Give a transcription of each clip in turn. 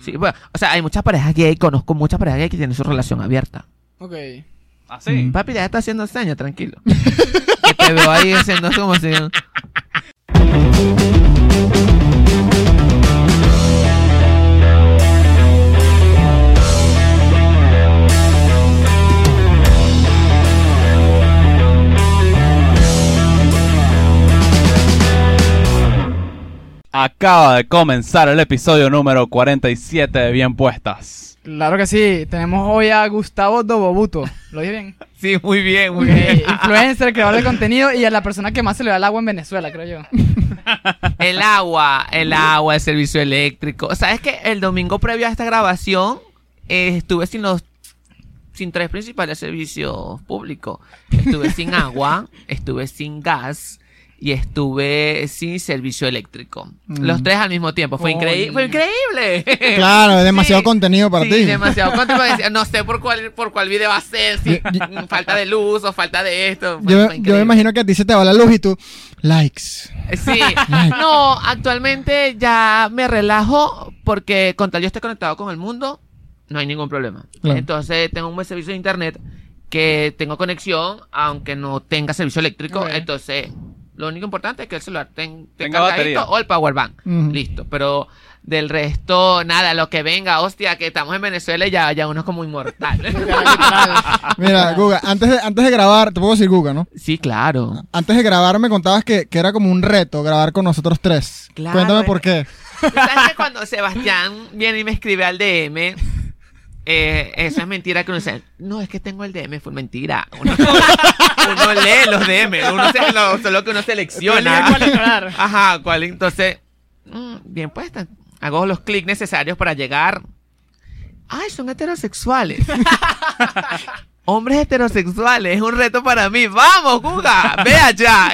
Sí, bueno, o sea, hay muchas parejas gay, conozco muchas parejas gay que tienen su relación abierta. Mm, Ok. ¿Ah, sí? Papi, ya está haciendo señas, tranquilo. que te veo ahí haciendo así como si... Acaba de comenzar el episodio número 47 de Bien Puestas. Claro que sí. Tenemos hoy a Gustavo Dobobuto. ¿Lo dije bien? Sí, muy bien, muy Ok, bien. Influencer, creador de contenido y a la persona que más se le da el agua en Venezuela, creo yo. El agua, el agua, el servicio eléctrico. ¿Sabes que El domingo previo a esta grabación eh, estuve sin los sin tres principales servicios públicos. Estuve sin agua, estuve sin gas y estuve sin servicio eléctrico. Los tres al mismo tiempo. Fue, increíble Oye. fue increíble. Claro, es demasiado Sí. contenido para Sí, ti. demasiado contenido. Decía, No sé por cuál, por cuál video va a ser, si Yo- falta de luz o falta de esto. Fue- Yo, fue yo me increíble. imagino que a ti se te va la luz y tú, likes. Sí, no, actualmente ya me relajo porque con tal yo esté conectado con el mundo, no hay ningún problema. Claro. Entonces tengo un buen servicio de internet que tengo conexión, aunque no tenga servicio eléctrico. Ok. Entonces, lo único importante es que el celular ten- esté Tenga cargadito batería. o el power bank. Ujú. Listo, pero del resto, nada, lo que venga, hostia, que estamos en Venezuela y ya, ya uno es como inmortal. Mira, Guga, antes de, antes de grabar, te puedo decir Guga, ¿no? sí, claro. Antes de grabar me contabas que, que era como un reto grabar con nosotros tres. Claro, Cuéntame eh. por qué. ¿Tú ¿Sabes que cuando Sebastián viene y me escribe al DM? eh, eso es mentira que uno dice, no, es que tengo el DM, fue mentira. Uno, uno lee los DM, uno se, lo, solo que uno selecciona. Elige cuál ignorar. Ajá, cuál, entonces, mm, bien puesta. Hago los clics necesarios para llegar. Ay, son heterosexuales. Hombres heterosexuales, es un reto para mí. ¡Vamos, Guga! ¡Ve allá!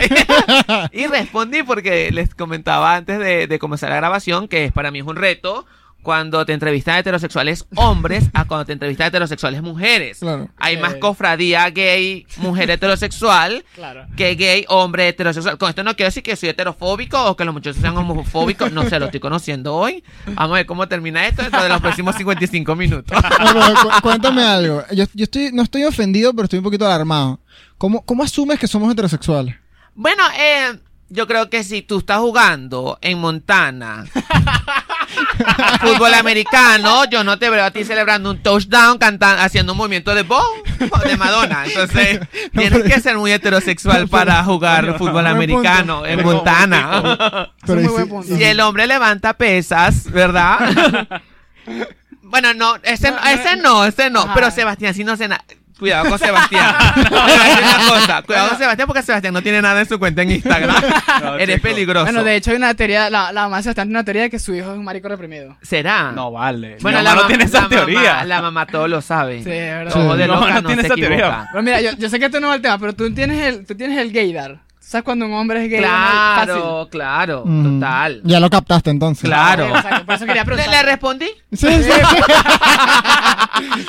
y respondí porque les comentaba antes de, de comenzar la grabación que es para mí es un reto cuando te entrevistan heterosexuales hombres a cuando te entrevistan heterosexuales mujeres. Claro. Hay más Ok. cofradía gay, mujer heterosexual Claro. que gay, hombre, heterosexual. Con esto no quiero decir que soy heterofóbico o que los muchachos sean homofóbicos. No sé, lo estoy conociendo hoy. Vamos a ver cómo termina esto dentro de los próximos 55 minutos. No, pero cu- cuéntame algo. Yo, yo estoy, no estoy ofendido, pero estoy un poquito alarmado. ¿Cómo, cómo asumes que somos heterosexuales? Bueno, eh, yo creo que si tú estás jugando en Montana fútbol americano, yo no te veo a ti celebrando un touchdown cantando, haciendo un movimiento de bow de Madonna. Entonces, tienes que ser muy heterosexual para jugar fútbol buen americano en Como Montana. Pero muy y buen si- punto. y- Si el hombre levanta pesas, ¿verdad? bueno, no, ese no, ese no, ese no. Ajá. Pero Sebastián sí no se... na- Cuidado con Sebastián. Te voy a decir una cosa. Cuidado con Sebastián porque Sebastián no tiene nada en su cuenta en Instagram. No, Eres chico. peligroso. Bueno, de hecho hay una teoría, la, la mamá se está en una teoría de que su hijo es un marico reprimido. ¿Será? No vale. Ah. Bueno, Mi la mamá mamá- no tiene esa la teoría. Mamá, la mamá todo lo sabe. Sí, es verdad. Ojo de Mi mamá loca no no, tiene se esa teoría. equivoca. Pero mira, yo, yo sé que este no es el tema, pero tú tienes el, tú tienes el gaydar. ¿Sabes cuando un hombre es gay? Claro, claro, Mm, total. Ya lo captaste entonces. Claro. Sí, exacto, por eso quería ¿Le, preguntar. le respondí? Sí, sí.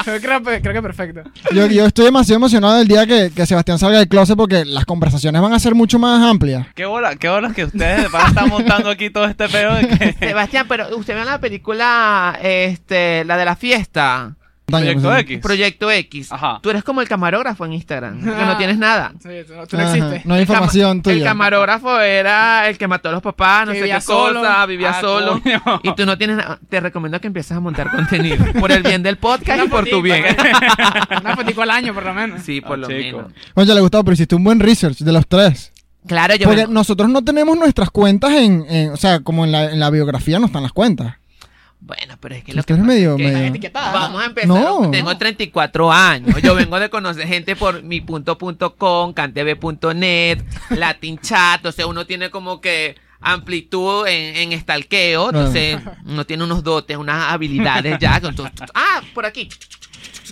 Yo creo, pues, creo que perfecto. Yo, yo estoy demasiado emocionado del día que, que Sebastián salga del closet porque las conversaciones van a ser mucho más amplias. ¿Qué bola, qué bolas que ustedes van a estar montando aquí todo este pedo de que... Sebastián, pero usted ve la película, este, la de la fiesta. Proyecto pues, X. Proyecto X. Ajá. Tú eres como el camarógrafo en Instagram, que no Ah. tienes nada. Sí, tú no, tú no Ajá, existes. No hay El cama- información tuya. El camarógrafo era el que mató a los papás, no Que sé vivía qué cosa, solo. vivía Ah, solo. coño. Y tú no tienes nada. Te recomiendo que empieces a montar contenido. Por el bien del podcast y por tu bien. Una fotico al año, por lo menos. Sí, por Ah, lo chico. menos. Oye, le gustó, pero hiciste un buen research de los tres. Claro, yo Porque vengo- nosotros no tenemos nuestras cuentas en, en- o sea, como en la, en la biografía no están las cuentas. Bueno, pero es que Tú lo que eres pasa medio, es que- medio- Etiquetada. Vamos a empezar. No. Tengo 34 años. Yo vengo de conocer gente por mi punto.com, cantv.net, Latin Chat. O sea, uno tiene como que amplitud en, en estalqueo. Entonces, uno tiene unos dotes, unas habilidades ya. Entonces, ah, por aquí.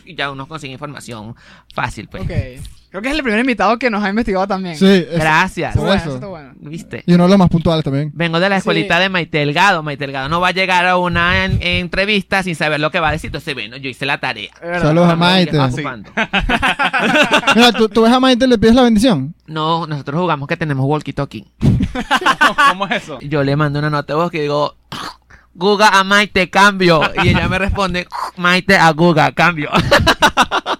Y ya uno consigue información fácil, pues. Ok. Creo que es el primer invitado que nos ha investigado también. Sí. es- Gracias. Eso está bueno, Eso. eso está bueno. ¿Viste? y uno de los más puntuales también. Vengo de la Sí. escuelita de Maite Delgado. Maite Delgado no va a llegar a una en- entrevista sin saber lo que va a decir. Entonces, bueno, yo hice la tarea. Es verdad. Saludos a Maite. Ah, sí. Mira, tú, tú ves a Maite y le pides la bendición. No, nosotros jugamos que tenemos walkie-talkie. ¿Cómo es eso? Yo le mando una nota de voz que digo, Guga a Maite, cambio. Y ella me responde, Maite a Guga, cambio.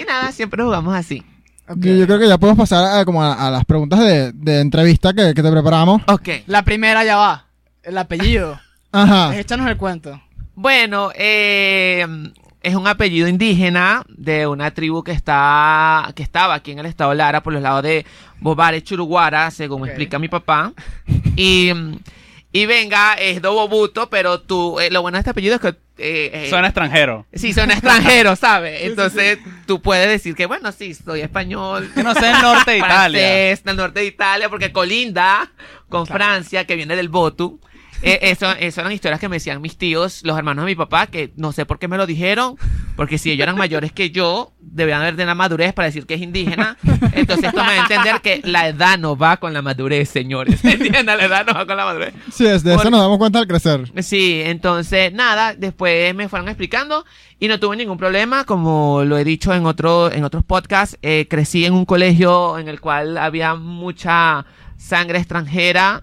y nada, siempre jugamos así. Ok. Yo, yo creo que ya podemos pasar a, como a, a las preguntas de, de entrevista que, que te preparamos. Ok. La primera ya va. El apellido. Pues Ajá. Eh, Échanos el cuento. Bueno, eh, es un apellido indígena de una tribu que está que estaba aquí en el estado Lara por los lados de Bobare Churuguara, según me Ok. explica mi papá. Y, y venga, es Dobobuto, pero tú eh, lo bueno de este apellido es que eh, eh, Suena extranjero. sí son extranjeros, ¿sabes? Entonces tú puedes decir que bueno, sí, soy español. Que no sé el norte de Italia. francés, del norte de Italia, porque colinda con Francia, que viene del Botu. Eh, eso, eso eran historias que me decían mis tíos, los hermanos de mi papá, que no sé por qué me lo dijeron, porque si ellos eran mayores que yo, debían haber de la madurez para decir que es indígena. Entonces esto me da a entender que la edad no va con la madurez, señores. ¿Entienden? La edad no va con la madurez. Sí, es de eso Por- nos damos cuenta al crecer. Sí, entonces nada, después me fueron explicando y no tuve ningún problema, como lo he dicho en otro, en otros podcasts, eh, crecí en un colegio en el cual había mucha sangre extranjera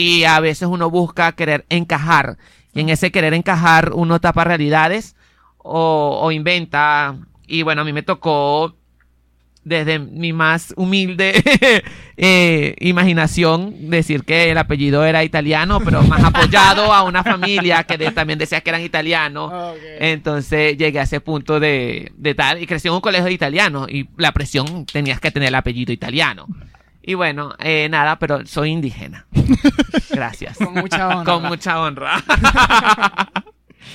y a veces uno busca querer encajar y en ese querer encajar uno tapa realidades o, o inventa y bueno, a mí me tocó desde mi más humilde eh, imaginación decir que el apellido era italiano, pero más apoyado a una familia que de- también decía que eran italianos. Ah, Ok. Eh, Entonces llegué a ese punto de, de tal y crecí en un colegio de italianos y la presión tenías que tener el apellido italiano. Y bueno, eh, nada, pero soy indígena. Gracias. Con mucha honra. Con mucha honra.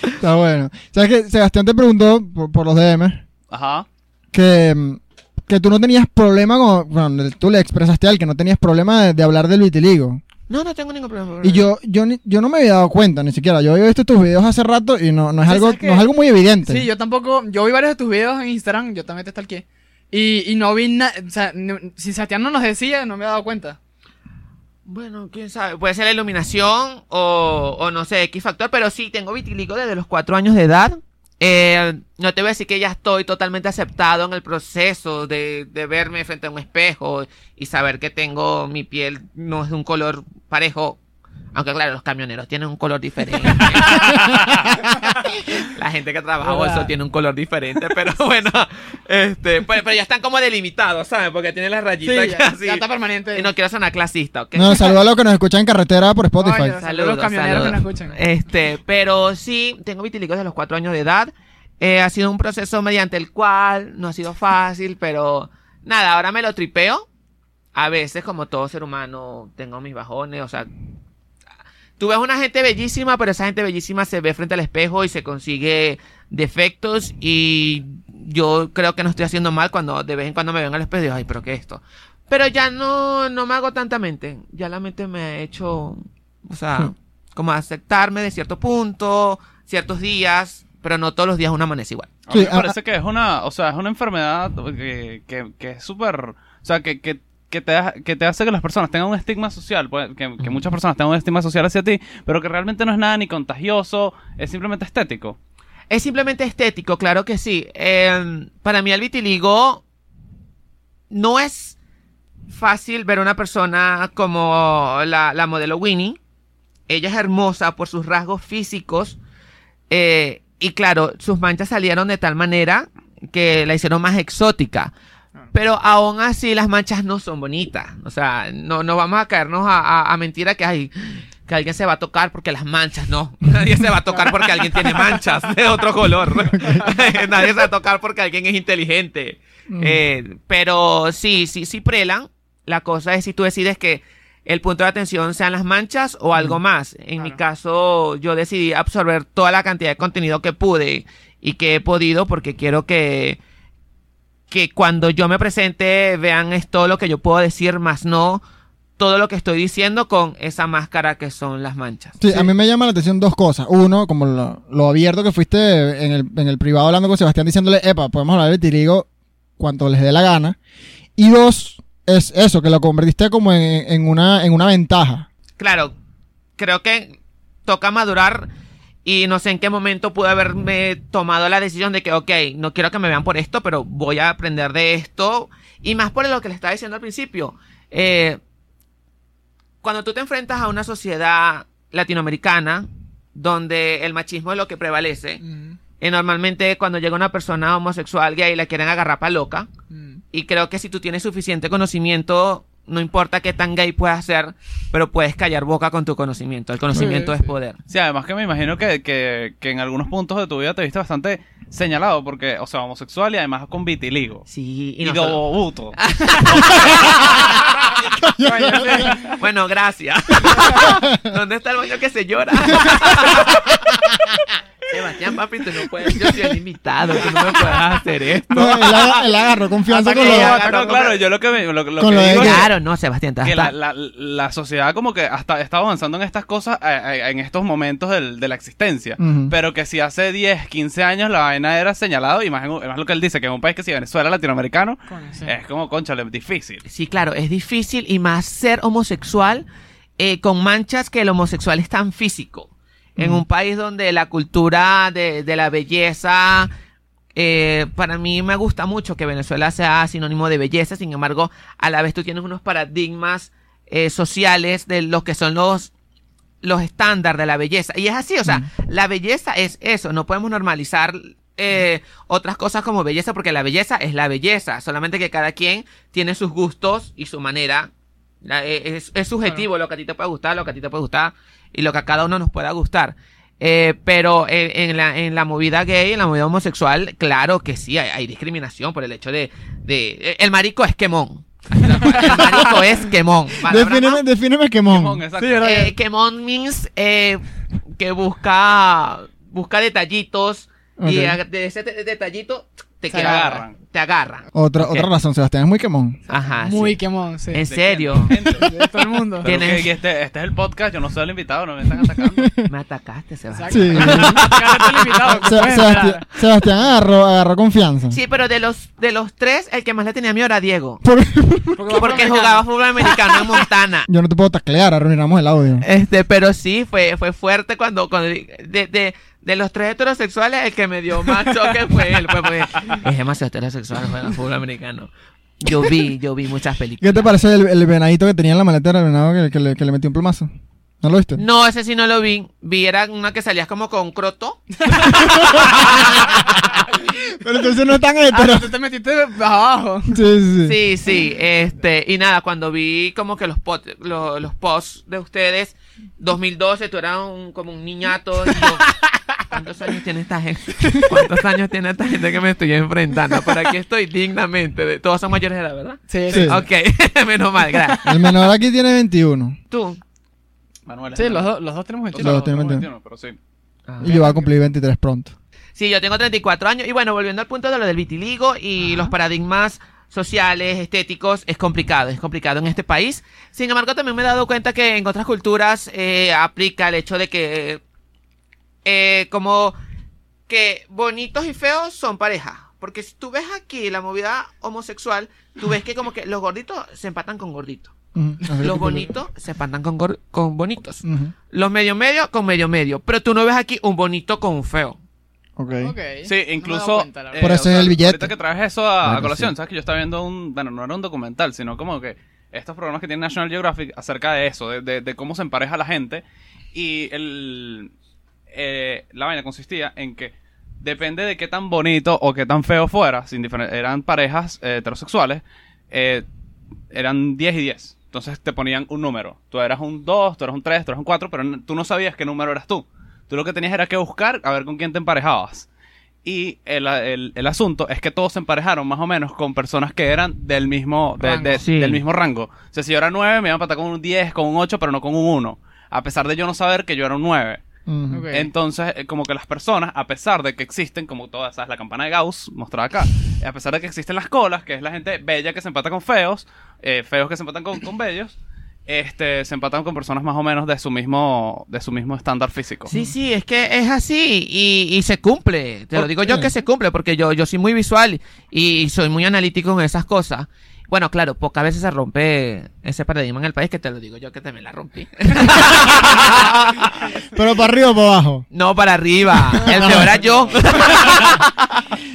Está bueno. ¿Sabes que Sebastián te preguntó por, por los DM Ajá. que, mm, que tú no tenías problema con. Bueno, tú le expresaste al que no tenías problema de, de hablar del vitiligo. No, no tengo ningún problema. Y yo, yo, ni- yo no me había dado cuenta ni siquiera. Yo había visto tus videos hace rato y no, no, es, Sí, algo, ¿sabes qué? no es algo muy evidente. Sí, yo tampoco. Yo vi varios de tus videos en Instagram. Yo también te stalkeé. Y, y no vi nada. O sea, no- si Sebastián no nos decía, no me he dado cuenta. Bueno, quién sabe. Puede ser la iluminación o, o no sé, X factor, pero sí, tengo vitiligo desde los cuatro años de edad. Eh, no te voy a decir que ya estoy totalmente aceptado en el proceso de, de verme frente a un espejo y saber que tengo mi piel no es de un color parejo. Aunque claro, los camioneros tienen un color diferente. La gente que trabaja bolso tiene un color diferente, pero bueno, este, pero, pero ya están como delimitados, ¿sabes? Porque tienen las Sí, rayitas ya, así. ya está permanente. Y no quiero sonar clasista, ¿ok? No, saluda a los que nos escuchan en carretera por Spotify. Oye, Saludos, Saludos, camioneros que nos saludos. escuchan. Este, pero sí, tengo vitiligo desde los cuatro años de edad. Eh, ha sido un proceso mediante el cual no ha sido fácil, pero nada, ahora me lo tripeo. A veces, como todo ser humano, tengo mis bajones, o sea... Tú ves una gente bellísima, pero esa gente bellísima se ve frente al espejo y se consigue defectos y yo creo que no estoy haciendo mal cuando de vez en cuando me ven al espejo y digo, ay, pero ¿qué es esto? Pero ya no, no me hago tanta mente. Ya la mente me ha hecho, o sea, como aceptarme de cierto punto, ciertos días, pero no todos los días uno amanece igual. A mí Sí, me a- parece que es una, o sea, es una enfermedad que, que, que es súper, o sea, que, que, que te, ha- que te hace que las personas tengan un estigma social, pues, que, que muchas personas tengan un estigma social hacia ti, pero que realmente no es nada ni contagioso, es simplemente estético. Es simplemente estético, claro que sí. Eh, para mí el vitiligo no es fácil ver a una persona como la, la modelo Winnie. Ella es hermosa por sus rasgos físicos. eh, y claro, sus manchas salieron de tal manera que la hicieron más exótica. Pero aún así las manchas no son bonitas. O sea, no, no vamos a caernos a, a- a mentira que hay que alguien se va a tocar porque las manchas, no. Nadie se va a tocar porque alguien tiene manchas de otro color. Nadie se va a tocar porque alguien es inteligente. Mm. Eh, pero sí, sí, sí prelan. La cosa es si tú decides que el punto de atención sean las manchas o algo más. En mi Claro. caso, yo decidí absorber toda la cantidad de contenido que pude y que he podido porque quiero que que cuando yo me presente vean es todo lo que yo puedo decir, más no todo lo que estoy diciendo con esa máscara que son las manchas. Sí, a mí me llama la atención dos cosas. Uno, como lo, lo abierto que fuiste en el, en el privado hablando con Sebastián diciéndole, epa, podemos hablar de vitiligo cuanto les dé la gana. Y dos, es eso, que lo convertiste como en, en una, en una ventaja. Claro, creo que toca madurar y no sé en qué momento pude haberme tomado la decisión de que, ok, no quiero que me vean por esto, pero voy a aprender de esto. Y más por lo que le estaba diciendo al principio. Eh, cuando tú te enfrentas a una sociedad latinoamericana donde el machismo es lo que prevalece. Mm, Y normalmente cuando llega una persona homosexual gay la quieren agarrar pa' loca. mm. Y creo que si tú tienes suficiente conocimiento, no importa qué tan gay puedas ser, pero puedes callar boca con tu conocimiento. El conocimiento Sí, es sí. poder. Sí, además que me imagino que, que, que en algunos puntos de tu vida te viste bastante señalado, porque, o sea, homosexual y además con vitiligo. Sí, y Y, nosotros- dobuto. Bueno, gracias. ¿Dónde está el baño que se llora? Sebastián, papi, tú no puedes. Yo soy el invitado. Tú no me puedes hacer esto. No, él, aga- él agarró confianza Hasta con que los... ya- Ah, no, claro, yo lo que, me- lo, lo Con que lo de digo es Claro, no, Sebastián. te vas que pa- la, la- la sociedad como que hasta está avanzando en estas cosas eh, eh, en estos momentos del- de la existencia. Ujú. Pero que si hace 10, 15 años la vaina era señalado, y más, en- además lo que él dice, que en un país que si Venezuela era latinoamericano, Coño, sí. Eh, es como, concha, difícil. Sí, claro, es difícil y más ser homosexual eh, con manchas que el homosexual es tan físico. En un país donde la cultura de, de la belleza, eh, para mí me gusta mucho que Venezuela sea sinónimo de belleza, sin embargo, a la vez tú tienes unos paradigmas eh, sociales de los que son los los estándares de la belleza. Y es así, o sea, la belleza es eso, no podemos normalizar eh, otras cosas como belleza, porque la belleza es la belleza, solamente que cada quien tiene sus gustos y su manera. La- eh, es, es subjetivo lo que a ti te puede gustar, lo que a ti te puede gustar y lo que a cada uno nos pueda gustar. Eh, pero en, en la, en la movida gay, en la movida homosexual, claro que sí, hay, hay discriminación por el hecho de, de... eh, El marico es quemón. El marico es quemón. Palabra más Defíneme, defíneme quemón. Simón, exacto. Sí, ¿verdad? eh, que Mon means eh, que busca busca detallitos y Ok. a- de ese te- detallito te Se quiere agarran. agarrar, te agarra. Otra, Ok. otra razón, Sebastián, es muy quemón. Ajá. ah, sí. Muy quemón, sí. en ¿De serio, quién? Gente. De todo el mundo. ¿Quién Pero que- es? que este, este es el podcast, yo no soy el invitado, no me están atacando. me atacaste, Sebastián. Exacto. Sí. Cállate el invitado, que Se- puedes Sebastián, hablar. Sebastián agarró, agarró confianza. Sí, pero de los de los tres el que más le tenía miedo era Diego, Porque- va porque aprovechando. jugaba fútbol americano en Montana. yo no te puedo taclear, arruinamos el audio. Este, pero sí fue fue fuerte cuando, cuando de, de, de los tres heterosexuales el que me dio más choque fue él, fue- fue- es demasiado heterosexual juega fútbol americano. Yo vi, yo vi muchas películas. ¿Qué te parece el, el venadito que tenía en la maleta era el venado que, que le, que le metió un plumazo? ¿No lo viste? No, ese sí no lo vi. Vi era una que salías como con croto. Pero entonces no es tan Ah, hetero. tú te metiste abajo. Sí, sí, sí. Sí, sí. Este, y nada, cuando vi como que los, pot- lo- los posts de ustedes, 2012, tú eras un- como un niñato. y yo, ¿Cuántos años tiene esta gente? ¿Cuántos años tiene esta gente que me estoy enfrentando? Para que estoy dignamente. de- todos son mayores de edad, ¿verdad? Sí, Sí. sí. Ok, menos mal, gracias. El menor aquí tiene 21. Tú. Manuel. Sí, los, dos- los dos tenemos O sea, el los Los dos tenemos tenemos 21, 21, pero sí. Y yo voy a cumplir 23 pronto. Sí, yo tengo 34 años. Y bueno, volviendo al punto de lo del vitiligo y los paradigmas sociales, estéticos, es complicado, es complicado en este país. Sin embargo, también me he dado cuenta que en otras culturas eh, aplica el hecho de que eh, como que bonitos y feos son pareja. Porque si tú ves aquí la movida homosexual, tú ves que como que los gorditos se empatan con gorditos. Ujú. Así que- Los bonitos se empatan con, gor- con bonitos. Ujú. Los medio medio con medio medio. Pero tú no ves aquí un bonito con un feo. Ok. Sí, No me he dado incluso. cuenta, la eh, verdad. Por eso o sea, es el billete. Ahorita que traes eso a, a Claro, colación, sí. ¿sabes? Que yo estaba viendo un. Bueno, no era un documental, sino como que estos programas que tiene National Geographic acerca de eso, de, de- de cómo se empareja la gente. Y el. eh, la vaina consistía en que. Depende de qué tan bonito o qué tan feo fuera, sin diferen- eran parejas eh, heterosexuales, eh, eran 10 y 10. Entonces te ponían un número. Tú eras un 2, tú eras un 3, tú eras un 4, pero n- tú no sabías qué número eras tú. Tú lo que tenías era que buscar a ver con quién te emparejabas. Y el, el- el asunto es que todos se emparejaron más o menos con personas que eran del mismo, de- Rango. de- Sí. del mismo rango. O sea, si yo era 9, me iban a empatar con un 10, con un 8, pero no con un 1. A pesar de yo no saber que yo era un 9. Ujú. Ok. Entonces, eh, como que las personas, a pesar de que existen, como todas, ¿sabes? La campana de Gauss mostrada acá, a pesar de que existen las colas, que es la gente bella que se empata con feos, eh, feos que se empatan con, con bellos, este, se empatan con personas más o menos de su mismo, de su mismo estándar físico. Sí, sí, es que es así y, y se cumple. Te lo ¿Por digo qué? yo que se cumple porque yo, yo soy muy visual y soy muy analítico en esas cosas. Bueno, claro, pocas veces se rompe ese paradigma en el país que te lo digo yo que también la rompí. Pero para arriba o para abajo. no, para arriba. El peor era yo.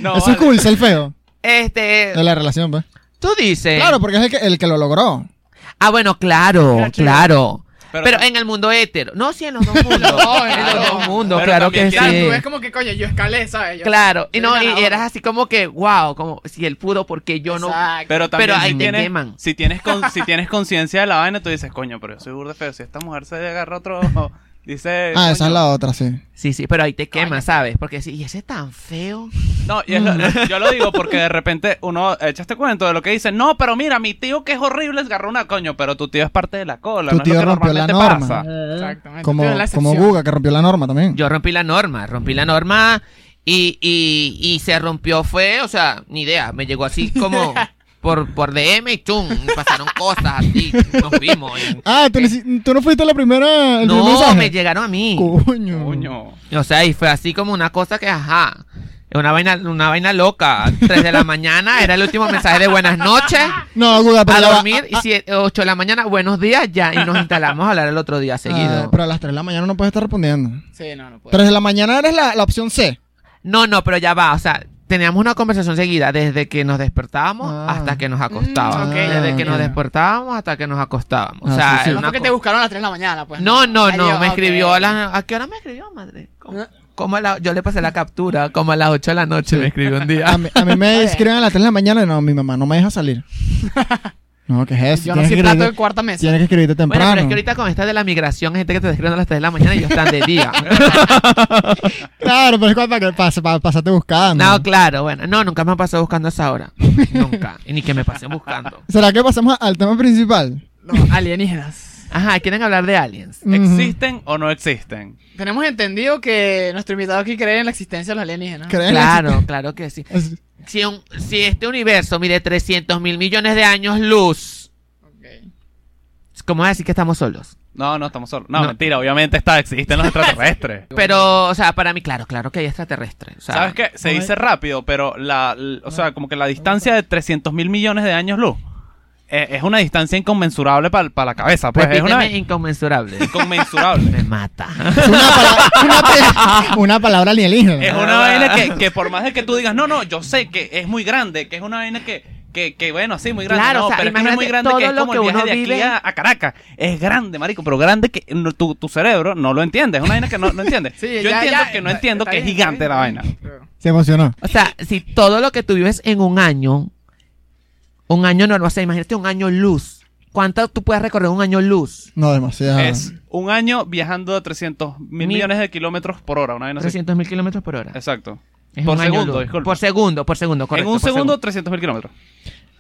No, Eso es vale. cool, ser feo. Este, De la relación, pues. tú dices. pues. Claro, porque es el que, el que lo logró. Ah, bueno, claro, Era chido. claro. Pero, en el mundo hétero. No, sí, en los dos mundos. No, en claro. los dos mundos, Pero claro también que Claro, tú sí. ves como que, coño, yo escalé, ¿sabes? Yo- Claro, y soy no, y ganador. eras así como que, wow, como si él pudo, porque yo no. Exacto. Pero también Pero ahí si, te tienes, queman. si tienes con- si tienes conciencia de la vaina, tú dices, coño, pero yo soy burde feo. Si esta mujer se agarra otro, dice... Ah, esa coño. es la otra, sí. Sí, sí, pero ahí te quema, ¿sabes? Porque sí, y ese es tan feo. No, y es lo- lo- yo lo digo porque de repente uno echa este cuento de lo que dice, no, pero mira, mi tío que es horrible es garrona, coño, pero tu tío es parte de la cola, Tu no es lo tío que rompió la normalmente norma. pasa. Exactamente. Como, Tú eres la como excepción. Guga, que rompió la norma también. Yo rompí la norma, rompí la norma y, y, y se rompió, fue, o sea, ni idea, me llegó así como por, por DM y chum, pasaron cosas así, nos vimos. y- Ah, ¿tú, ni si- tú no fuiste la primera. El Eh. primer no, mensaje? me llegaron a mí. Coño. Coño. O sea, y fue así como una cosa que, ajá, una vaina, una vaina loca. Tres de la mañana era el último mensaje de buenas noches. No, Guga, Ah, pero. A la- dormir y si 8 de la mañana, buenos días ya. Y nos instalamos a hablar el otro día Ah, seguido. Pues. pero a las 3 de la mañana no puedes estar respondiendo. Sí, no, no puedo. 3 de la mañana eres la, la opción C. No, no, pero ya va. O sea, teníamos una conversación seguida desde que nos despertábamos Ah. hasta que nos acostábamos. Mm, ok, desde que nos entiendo. despertábamos hasta que nos acostábamos. Ah, o sea, sí, sí. era No una fue que co- te buscaron a las 3 de la mañana, pues. no, no, no, Adiós, me escribió ok. a las... ¿A qué hora me escribió, madre? Como, Ah. como a la- Yo le pasé la captura, como a las 8 de la noche me escribió un día. A mí, a mí Ah, me escriben a las 3 de la mañana y no, mi mamá no me deja salir. No, ¿qué es eso? Yo no Tienes soy que plato de escribirte- cuarta mesa. Tienes que escribirte Bueno, temprano. pero es que ahorita con esta de la migración, hay gente que te escribe a las 3 de la mañana y yo están de día. Ah, Claro, pero es como para que pas- pa- pasarte buscando. no, claro, bueno. No, nunca me han pasado buscando a esa hora. Nunca. Y ni que me pasen buscando. ¿Será que pasamos al tema principal? No, alienígenas. Ajá, ¿quieren hablar de aliens? Ujú. ¿Existen o no existen? Tenemos entendido que nuestro invitado aquí cree en la existencia de los alienígenas. ¿Creen? Claro, claro que sí. Es- Si, un- si este universo mide 300 mil millones de años luz, Ok. ¿cómo vas a decir que estamos solos? No, no estamos solos. No, No. mentira, obviamente está, existen los extraterrestres. Pero, o sea, para mí, claro, claro que hay extraterrestres. O sea, ¿Sabes qué? Se dice rápido, pero la, l- o sea, como que la distancia de 300 mil millones de años luz eh, es una distancia inconmensurable para la cabeza, pues es una Repíteme, inconmensurable. inconmensurable. Me mata. es una, pala- una pe- una palabra alienígena. Es una vaina que, que por más de que tú digas, no, no, yo sé que es muy grande, que es una vaina que, que, que bueno, sí, muy grande. Claro, no, o sea, pero es que no es muy imagínate grande todo que es lo como que el viaje uno de aquí vive. a, a Caracas. Es grande, marico, pero grande que no- tu, tu cerebro no lo entiende. Es una vaina que no, no entiende. Sí, yo ya, entiendo ya, que no está- entiendo está que es bien, gigante está la bien, vaina. está bien. Se emocionó. O sea, si todo lo que tú vives en un año, un año normal, o sea, imagínate un año luz. ¿Cuánto tú puedes recorrer un año luz? No, Ah. demasiado. Es un año viajando a 300 mil Mil. millones de kilómetros por hora, una vaina así. 300 mil kilómetros por hora. Exacto. Es por un año segundo, luz. disculpa. Por segundo, por segundo, correcto. en un por segundo, 300 mil kilómetros.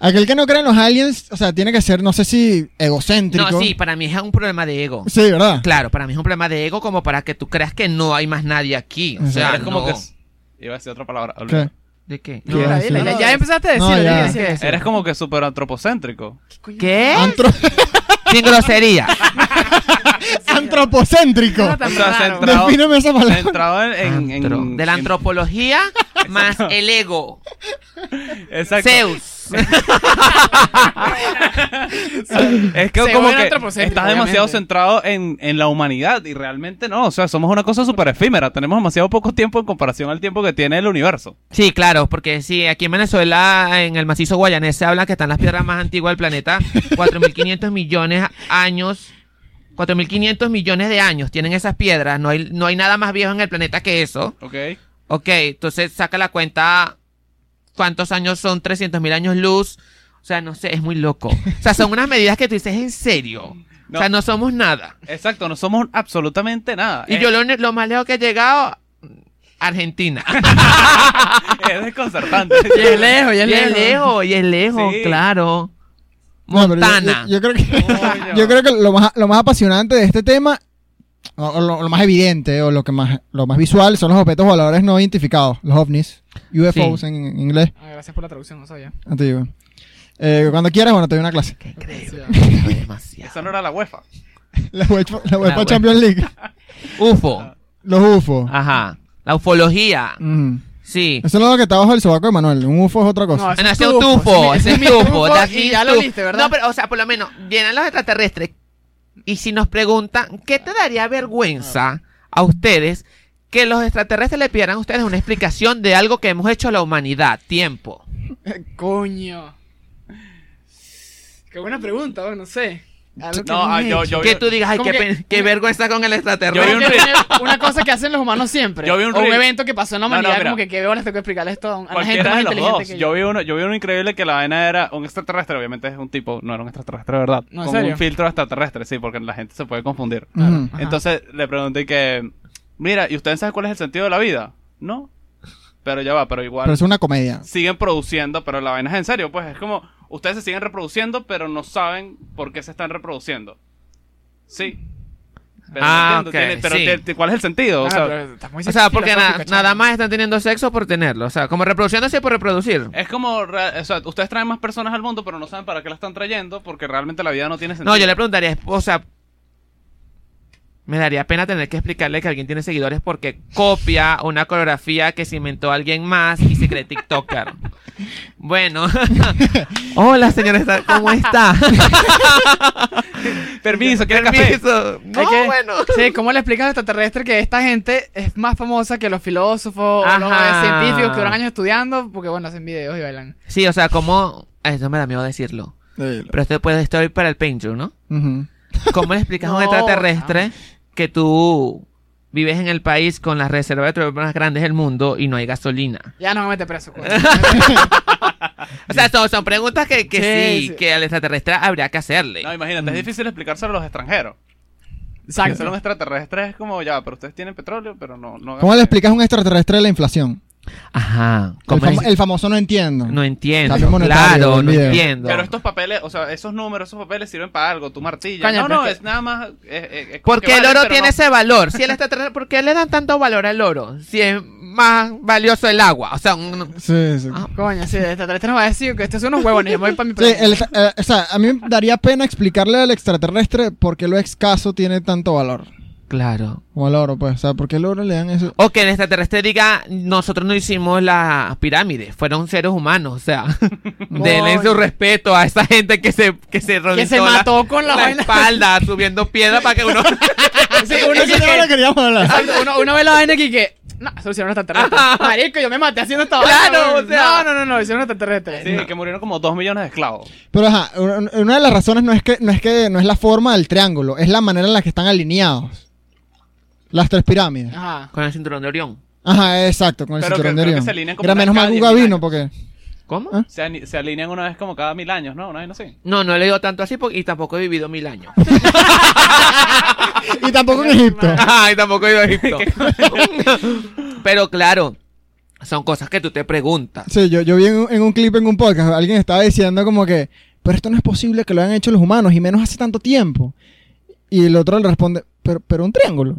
Aquel que no cree en los aliens, o sea, tiene que ser, no sé si egocéntrico. No, sí, para mí es un problema de ego. Sí, ¿verdad? Claro, para mí es un problema de ego como para que tú creas que no hay más nadie aquí. O Exacto. sea, Eres como no. que... Iba a decir otra palabra. olvídalo. ¿Qué? ¿De qué? No, Dila, sí. dila, ya- No, Ya empezaste a no, decirlo. ya. ya empezaste a decirlo. Eres como que súper antropocéntrico. ¿Qué? Antro- Sin grosería. antropocéntrico. No, tan O sea, raro. centrado- Defíneme esa palabra. Centrado en... en, en- Antro- de la en- antropología más el ego. Exacto. Zeus. Es que Se como vuelve que estás antropocéntrico, demasiado obviamente. centrado en, en la humanidad y realmente no, o sea, somos una cosa súper efímera, tenemos demasiado poco tiempo en comparación al tiempo que tiene el universo. Sí, claro, porque sí, aquí en Venezuela, en el macizo guayanés, se habla que están las piedras más antiguas del planeta. 4.500 millones de años. 4.500 millones de años tienen esas piedras. No hay, no hay nada más viejo en el planeta que eso. Ok. Ok, entonces saca la cuenta cuántos años son 300 mil años luz. O sea, no sé, es muy loco. O sea, son unas medidas que tú dices en serio. No. O sea, no somos nada. Exacto, no somos absolutamente nada. Y Eh. es, yo lo, uni- lo más lejos que he llegado, Argentina. es desconcertante. Y es lejos, y y es es lejos. lejos, y es lejos, Sí. claro. No, pero yo- Montana. yo, yo creo que, Coño. yo creo que lo, más, lo más apasionante de este tema, o, o lo, lo más evidente, o lo, que más, lo más visual, son los objetos voladores no identificados, los ovnis, UFOs Sí. en, en inglés. Ah, Gracias por la traducción, no sabía. Ah, te digo. Eh, cuando quieras, bueno, te doy una clase. Qué increíble. Esa Demasiado. no era la UEFA. La UEFA, la UEFA UEFA. Champions League. Ah. UFO. Los UFOs. Ajá. La ufología. Mm. Sí. Eso es lo que está bajo el sobaco de Manuel. Un UFO es otra cosa. ese No, es ese es tu un tufo, ese es mi tufo. that's Y his ya lo tufo. viste, ¿verdad? No, pero, o sea, por lo menos, llenan los extraterrestres. Y si nos preguntan, ¿qué te daría vergüenza a ustedes que los extraterrestres le pidieran a ustedes una explicación de algo que hemos hecho a la humanidad? Tiempo. Coño. Qué buena pregunta, bueno, no sé. Algo que No, hemos ah, yo- hecho. yo- Que tú digas, ay, Como qué, que- pen- qué vergüenza con el Yo vi extraterrestre. Pero un que reel. tiene una cosa que hacen los humanos siempre. Yo vi un o un reel. evento que pasó en la No, no, humanidad, mira. como que qué horas tengo que explicarle esto a, un- a una gente Cualquiera más de los inteligente dos. que Yo vi, uno, yo vi uno increíble que la vaina era un extraterrestre. Obviamente es un tipo, no era un extraterrestre, de ¿verdad? No, ¿en Con serio? un filtro extraterrestre, sí, porque la gente se puede confundir. Ujú. Ajá. Entonces le pregunté que, mira, ¿y ustedes saben cuál es el sentido de la vida? No. Pero ya va, pero igual Pero es una comedia. siguen produciendo, pero la vaina es en serio. Pues es como, ustedes se siguen reproduciendo, pero no saben por qué se están reproduciendo. Sí. Pero no Ah, entiendo, ok, tiene- pero sí. te- te- ¿cuál es el sentido? Ah, o sea, pero estás muy O sea, porque na- filosófico, chamo. nada más están teniendo sexo por tenerlo. O sea, como reproduciéndose por reproducir. Es como, re- o sea, ustedes traen más personas al mundo, pero no saben para qué la están trayendo, porque realmente la vida no tiene sentido. No, yo le preguntaría, o sea, me daría pena tener que explicarle que alguien tiene seguidores porque copia una coreografía que se inventó alguien más y se cree TikToker. Bueno. Hola, señora, ¿cómo está? Permiso, ¿quieres café? Permiso. No, Hay que- bueno. Sí, ¿cómo le explicas al extraterrestre que esta gente es más famosa que los filósofos o los eh, Ajá. científicos que duran años estudiando? Porque, bueno, hacen videos y bailan. Sí, o sea, como... Eso me da miedo decirlo. Pero esto puede estoy para el Patreon, ¿no? Ujú. ¿Cómo le explicas a un No, extraterrestre que tú vives en el país con las reservas de petróleo más grandes del mundo y no hay gasolina? Ya no me mete preso. coño. O sea, son, son preguntas que, que Sí, sí, sí. que al extraterrestre habría que hacerle. No, imagínate, es difícil explicárselo a los extranjeros. Que ser un Exacto. extraterrestre es como, ya, pero ustedes tienen petróleo, pero no... no ¿Cómo le explicas a un extraterrestre la inflación? Ajá. El, ¿Cómo famo- es? el famoso no entiendo. No entiendo. Cambio monetario, Claro, buen no video. entiendo. Pero estos papeles, o sea, esos números, esos papeles sirven para algo, tu martilla. Coño, no, pero no, es es, que- nada más... es- es- es como ¿Por que qué el vale, oro pero tiene no. ese valor? Si el extraterrestre, ¿Por qué le dan tanto valor al oro? Si es más valioso el agua. O sea, un- Sí, sí. Ah, Coño, sí, el extraterrestre nos va a decir que estos son unos huevones. Yo me voy para mi Sí, preso. el- eh, o sea, a mí me daría pena explicarle al extraterrestre por qué lo excaso tiene tanto valor. claro. O al oro, pues. O sea, ¿por qué al oro le dan eso? O que el extraterrestre diga, nosotros no hicimos las pirámides, fueron seres humanos, o sea, denle su respeto a esa gente que se que se, Que se reventó la- mató con la la, vaina. espalda subiendo piedra para que uno Sí, uno, Eso que- no lo queríamos hablar. Exacto, uno, uno ve la vaina aquí y que. No, eso lo hicieron los extraterrestres. Marico, yo me maté haciendo esta Claro, vaina, o güey. sea. No, no, no, no, hicieron los extraterrestres. Sí, que murieron como dos millones de esclavos. Pero ajá, una una de las razones no es que no es que no es la forma del triángulo, es la manera en la que están alineados. Las tres pirámides. Ah. Ajá. con el cinturón de Orión. Ajá, exacto, con el Pero que- cinturón de creo que Orión. se alinean como Era una menos mal calle, Guga mira. vino porque ¿Cómo? ¿Ah? Se, ani- se alinean una vez como cada mil años, ¿no? Una vez así. No, no he leído tanto así porque, y tampoco he vivido mil años. y tampoco en Egipto. Ay, tampoco he ido a Egipto. Pero claro, son cosas que tú te preguntas. Sí, yo, yo vi en un, en un clip en un podcast, alguien estaba diciendo como que, pero esto no es posible que lo hayan hecho los humanos y menos hace tanto tiempo. Y el otro le responde, pero, pero un triángulo.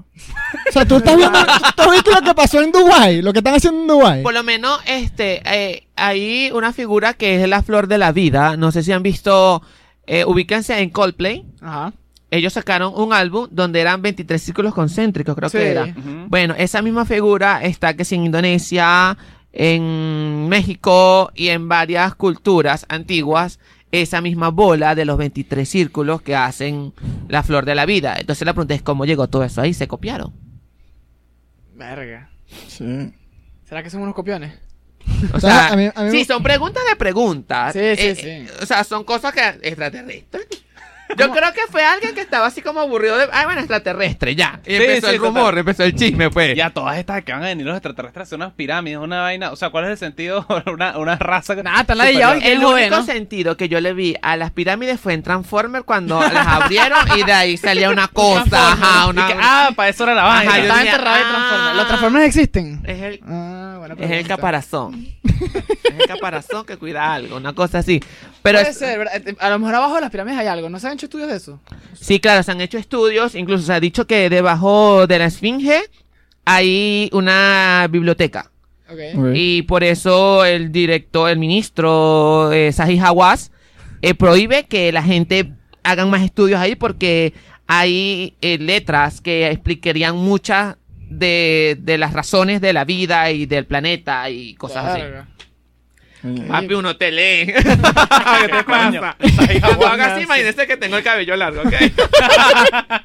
O sea, tú estás viendo, tú has visto lo que pasó en Dubái, lo que están haciendo en Dubái. Por lo menos, este, eh, hay una figura que es la flor de la vida. No sé si han visto, eh, ubíquense en Coldplay. Ajá. Ellos sacaron un álbum donde eran 23 círculos concéntricos, creo Sí. que era. Ujú. Bueno, esa misma figura está que si en Indonesia, en México y en varias culturas antiguas, esa misma bola de los 23 círculos que hacen la flor de la vida. Entonces la pregunta es cómo llegó todo eso ahí, se copiaron. Verga. Sí. ¿Será que son unos copiones? O O sea, sea, a mí- a mí- sí, son preguntas de preguntas. Eh, Sí, sí, O sea, son cosas que extraterrestres. Yo creo que fue alguien que estaba así como aburrido de, ay, bueno, extraterrestre, ya. Y Sí, empezó sí, el rumor, total. empezó el chisme, pues. Y a todas estas que van a venir los extraterrestres a hacer unas pirámides, una vaina. O sea, ¿cuál es el sentido? una, una raza. que- Nada, están ladillados y superior. quieren El joder, único ¿no? sentido que yo le vi a las pirámides fue en Transformer cuando las abrieron y de ahí salía una cosa, ajá, Y una... que, ah, para eso era la Ajá, vaina. yo Estaba decía, enterrado de ah. Transformers. ¿Los Transformers existen? es el, Ah, bueno, es el caparazón. es el caparazón que cuida algo, una cosa así. Pero Puede es- ser, ¿verdad? Eh, A lo mejor abajo de las pirámides hay algo. ¿No se han hecho estudios de eso? sí, claro, se han hecho estudios, incluso se ha dicho que debajo de la esfinge hay una biblioteca. Ok. Ok. Y por eso el director, el ministro eh, Saji Hawass eh, prohíbe que la gente hagan más estudios ahí porque hay eh, letras que explicarían muchas de, de las razones de la vida y del planeta y cosas así. Verga. Papi, uno te lee. ¿Qué ¿Qué te coño? pasa? Saji Hawass. Cuando haga así, imagínese que tengo el cabello largo, ¿ok?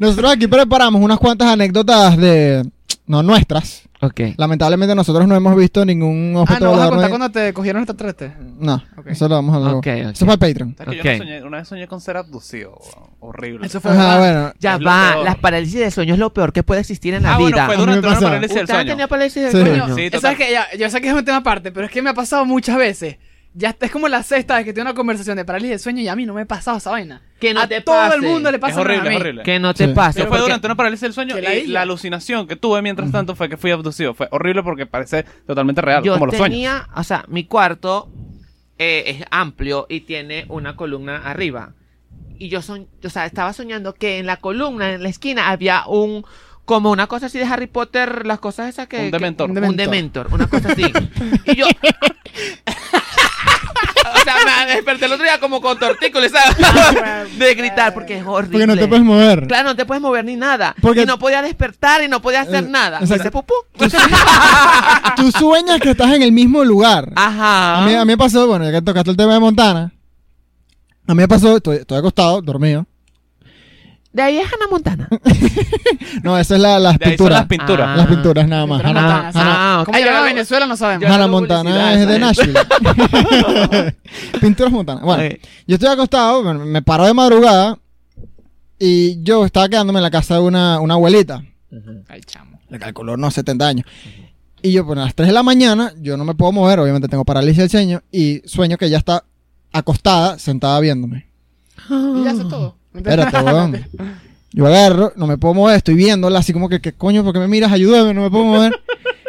Nosotros aquí preparamos unas cuantas anécdotas de, no nuestras, Ok. Lamentablemente nosotros no hemos visto ningún Ah, objeto ¿no vas a volador, contar no hay- cuando te cogieron extraterrestre? No, Ok. eso lo vamos a hablar. Ok, luego. ok. Eso es para el Patreon. ¿Sabes que Ok. yo una, soñé- una vez soñé con ser abducido, weón? Horrible. Ah, Eso fue Ajá, bueno. Ya Es lo va, peor. las parálisis de sueño es lo peor que puede existir en la ah, vida. bueno, fue A mí me durante una pasa. parálisis del ¿Usted sueño. tenía parálisis Sí. de sueño? Sí. Eso total. es que ya, yo sé que es un tema aparte, pero es que me ha pasado muchas veces. Ya es como la sexta vez que tengo una conversación de parálisis de sueño y a mí no me ha pasado esa vaina. Que no a te todo pase. el mundo le pasa Es menos horrible, a mí. es horrible. Que no te Sí. pase. Pero fue porque- durante una parálisis del sueño Que y la la, isla. alucinación que tuve mientras tanto fue que fui abducido. Fue horrible porque parece totalmente real, Yo como los sueños. tenía, o sea, mi cuarto eh, es amplio y tiene una columna arriba. Y yo soñ- o sea, estaba soñando que en la columna, en la esquina, había un como una cosa así de Harry Potter, las cosas esas que Un que- dementor. un Dementor. dementor, una cosa así. y yo O sea, me desperté el otro día como con tortícolis, ¿sabes? De gritar, porque es horrible. Ah, Porque no te puedes mover. Claro, no te puedes mover ni nada. Porque- Y no podía despertar y no podía hacer Eh, nada. exacto. Hice pupú. Tú sueñas que estás en el mismo lugar. Ajá. A mí, a mí me pasó, bueno, ya que tocaste el tema de Montana. A mí me pasó, estoy, estoy acostado, dormido. De ahí es Hannah Montana. No, esa es la, las De ahí son pinturas. las pinturas. Ah. Las pinturas nada más. Pero no Hannah- tan así. Hannah- ah, ok. ¿Cómo Ay, llegaba yo- a Venezuela no sabemos. Yo- Hannah hago Montana publicidad, es de ¿sabes? Nashville. Pinturas Montana. Bueno, Ok. yo estoy acostado, me, me paro de madrugada y yo estaba quedándome en la casa de una, una abuelita. Ay, chamo. Le calculó, no, 70 años. Y yo, pues a las 3 de la mañana, yo no me puedo mover, obviamente tengo parálisis del sueño y sueño que ella está acostada, sentada viéndome. Y ya hace todo. Espérate, weón. Yo agarro, no me puedo mover, estoy viéndola así como que, ¿qué coño? ¿Por qué me miras? Ayúdame, no me puedo mover.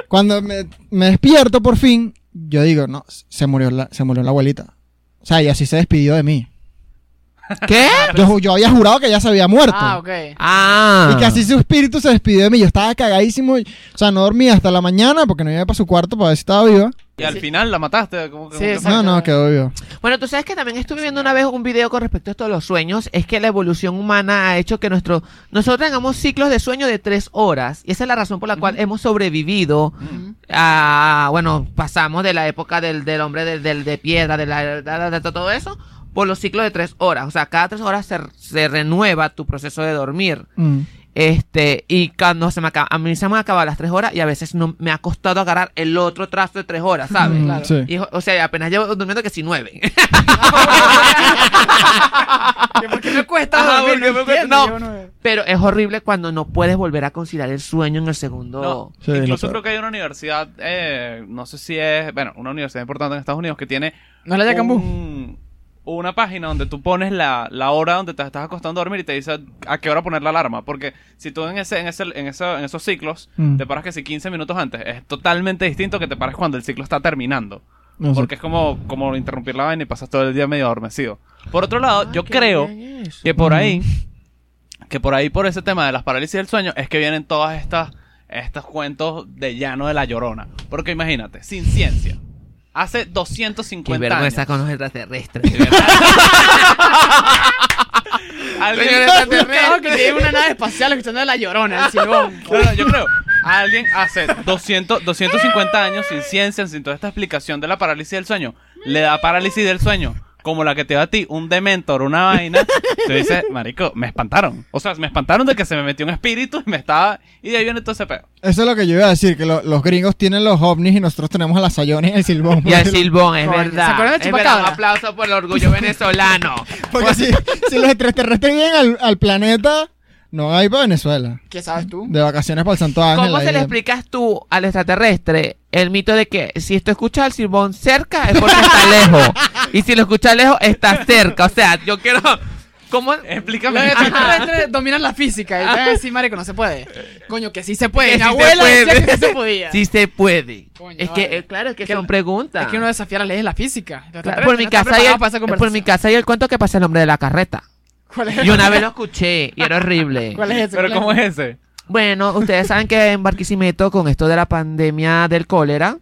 Cuando me, me despierto por fin, yo digo, no, se murió la, se murió la abuelita. O sea, y así se despidió de mí. ¿Qué? Yo, ju- yo había jurado que ella se había muerto. Ah, ok. Ah. Y que así su espíritu se despidió de mí. Yo estaba cagadísimo. O sea, no dormía hasta la mañana porque no iba para su cuarto para ver si estaba viva. Y al final la mataste. Como, que- Sí, como que- exacto. No, no, quedó viva. Bueno, tú sabes que también estuve viendo una vez un video con respecto a esto de los sueños. Es que la evolución humana ha hecho que nuestro, nosotros tengamos ciclos de sueño de tres horas. Y esa es la razón por la cual hemos sobrevivido. Mm. a- bueno, pasamos de la época del, del hombre del, del- de piedra, de, la, de- de- de todo eso, por los ciclos de tres horas. O sea, cada tres horas se, se renueva tu proceso de dormir. Mm. Este, y cuando se me acaba, a mí se me han acabado las tres horas y a veces no me ha costado agarrar el otro trazo de tres horas, ¿sabes? Mm, Ah, Claro. sí. Y, o sea, apenas llevo durmiendo que si nueve. Que ¿Por qué me cuesta Ajá, dormir? porque me No, cuesta- entiendo, no. yo no- Pero es horrible cuando no puedes volver a conciliar el sueño en el segundo. No, Sí, lo incluso sé. creo que hay una universidad, eh, no sé si es, bueno, una universidad importante en Estados Unidos que tiene No es la Oh. Yacambú. un- una página donde tú pones la, la hora donde te estás acostando a dormir y te dice a qué hora poner la alarma. Porque si tú en ese, en ese, en eso- en esos ciclos Mm. te paras que si 15 minutos antes, es totalmente distinto que te pares cuando el ciclo está terminando. No sé. Porque es como, como interrumpir la vaina y pasas todo el día medio adormecido. Por otro lado, yo creo que por ahí, que por ahí por ese tema de las parálisis del sueño, es que vienen todas estas, estos cuentos de llano de la llorona. Porque imagínate, sin ciencia. Hace Qué 250 años. vergüenza con los extraterrestres. Alguien- Señores, Está aterrado que tiene una nave espacial escuchando la llorona, el silbón. No, no, yo creo. Alguien hace 200, 250 años sin ciencia, sin toda esta explicación de la parálisis del sueño, le da parálisis del sueño, como la que te da a ti, un dementor, una vaina. Tú dices, marico, me espantaron. O sea, me espantaron de que se me metió un espíritu y me estaba. Y de ahí viene todo ese pedo. Eso es lo que yo iba a decir, que lo- los gringos tienen los ovnis y nosotros tenemos a la Sayoni y el Silbón. Y al Silbón, es Coño, verdad. ¿se acuerdan de Es verdad, Un Chupacabra? aplauso por el orgullo venezolano. Porque si, si los extraterrestres vienen al, al planeta, no hay para Venezuela. ¿Qué sabes tú? De vacaciones para el Santo Ángel. ¿Cómo ahí se le de- explicas tú al extraterrestre el mito de que si tú escuchas al silbón cerca es porque está lejos? Y si lo escuchas lejos, está cerca. O sea, yo quiero. ¿Cómo? Eh, Explícame. Los extraterrestres dominan la física y te van a decir, marico, no se puede. Coño, que sí se puede. Que Mi sí se abuela puede. decía que sí se podía. Si se puede. Coño, es que, vale. eh, claro, es que Que son la- preguntas. Es que uno desafía las leyes de la física. Los Claro, extraterrestres por mi no están casa y preparados para esa el, por mi conversación. casa y el cuento que pasa el hombre de la carreta. ¿Cuál es? Y una vez lo escuché y era horrible. ¿Cuál es ese? Pero ¿cómo es ese? Bueno, ustedes saben que en Barquisimeto con esto de la pandemia del cólera,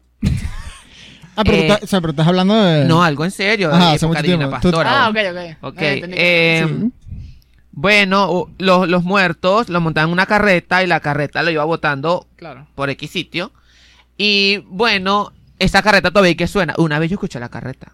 Ah, pero, Eh, tú, estás- o sea, pero estás hablando de... no algo en serio, Ajá, de hace época mucho de Divina tiempo. Tú- Pastora. Ah, ok, ok. Ok, Ah, entendí que- eh, Sí. Bueno, u- los, los muertos los montaban en una carreta y la carreta lo iba botando Claro. por X sitio. Y bueno, esa carreta todavía que suena. Una vez yo escuché la carreta.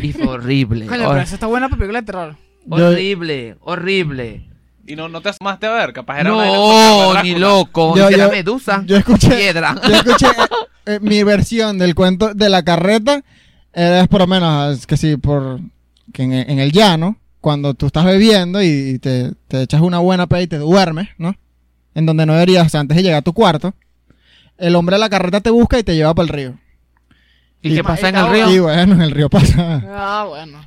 Y fue horrible. Coño, hor- pero eso está buena para película de terror. Yo- horrible, horrible. Y no, no te asomaste a ver, capaz era una de las cosas No, de ni Drácula. loco. Yo- Ni yo- era medusa. Yo escuché, Piedra. yo escuché eh, eh, mi versión del cuento de la carreta. eh, Es por lo menos, es que sí, por que en, en el llano, cuando tú estás bebiendo y, y te, te echas una buena peda y te duermes, ¿no? En donde no deberías, o sea, antes de llegar a tu cuarto, el hombre de la carreta te busca y te lleva para el río. ¿Y qué pasa en el Y río? bueno, en el río pasa. Ah, bueno.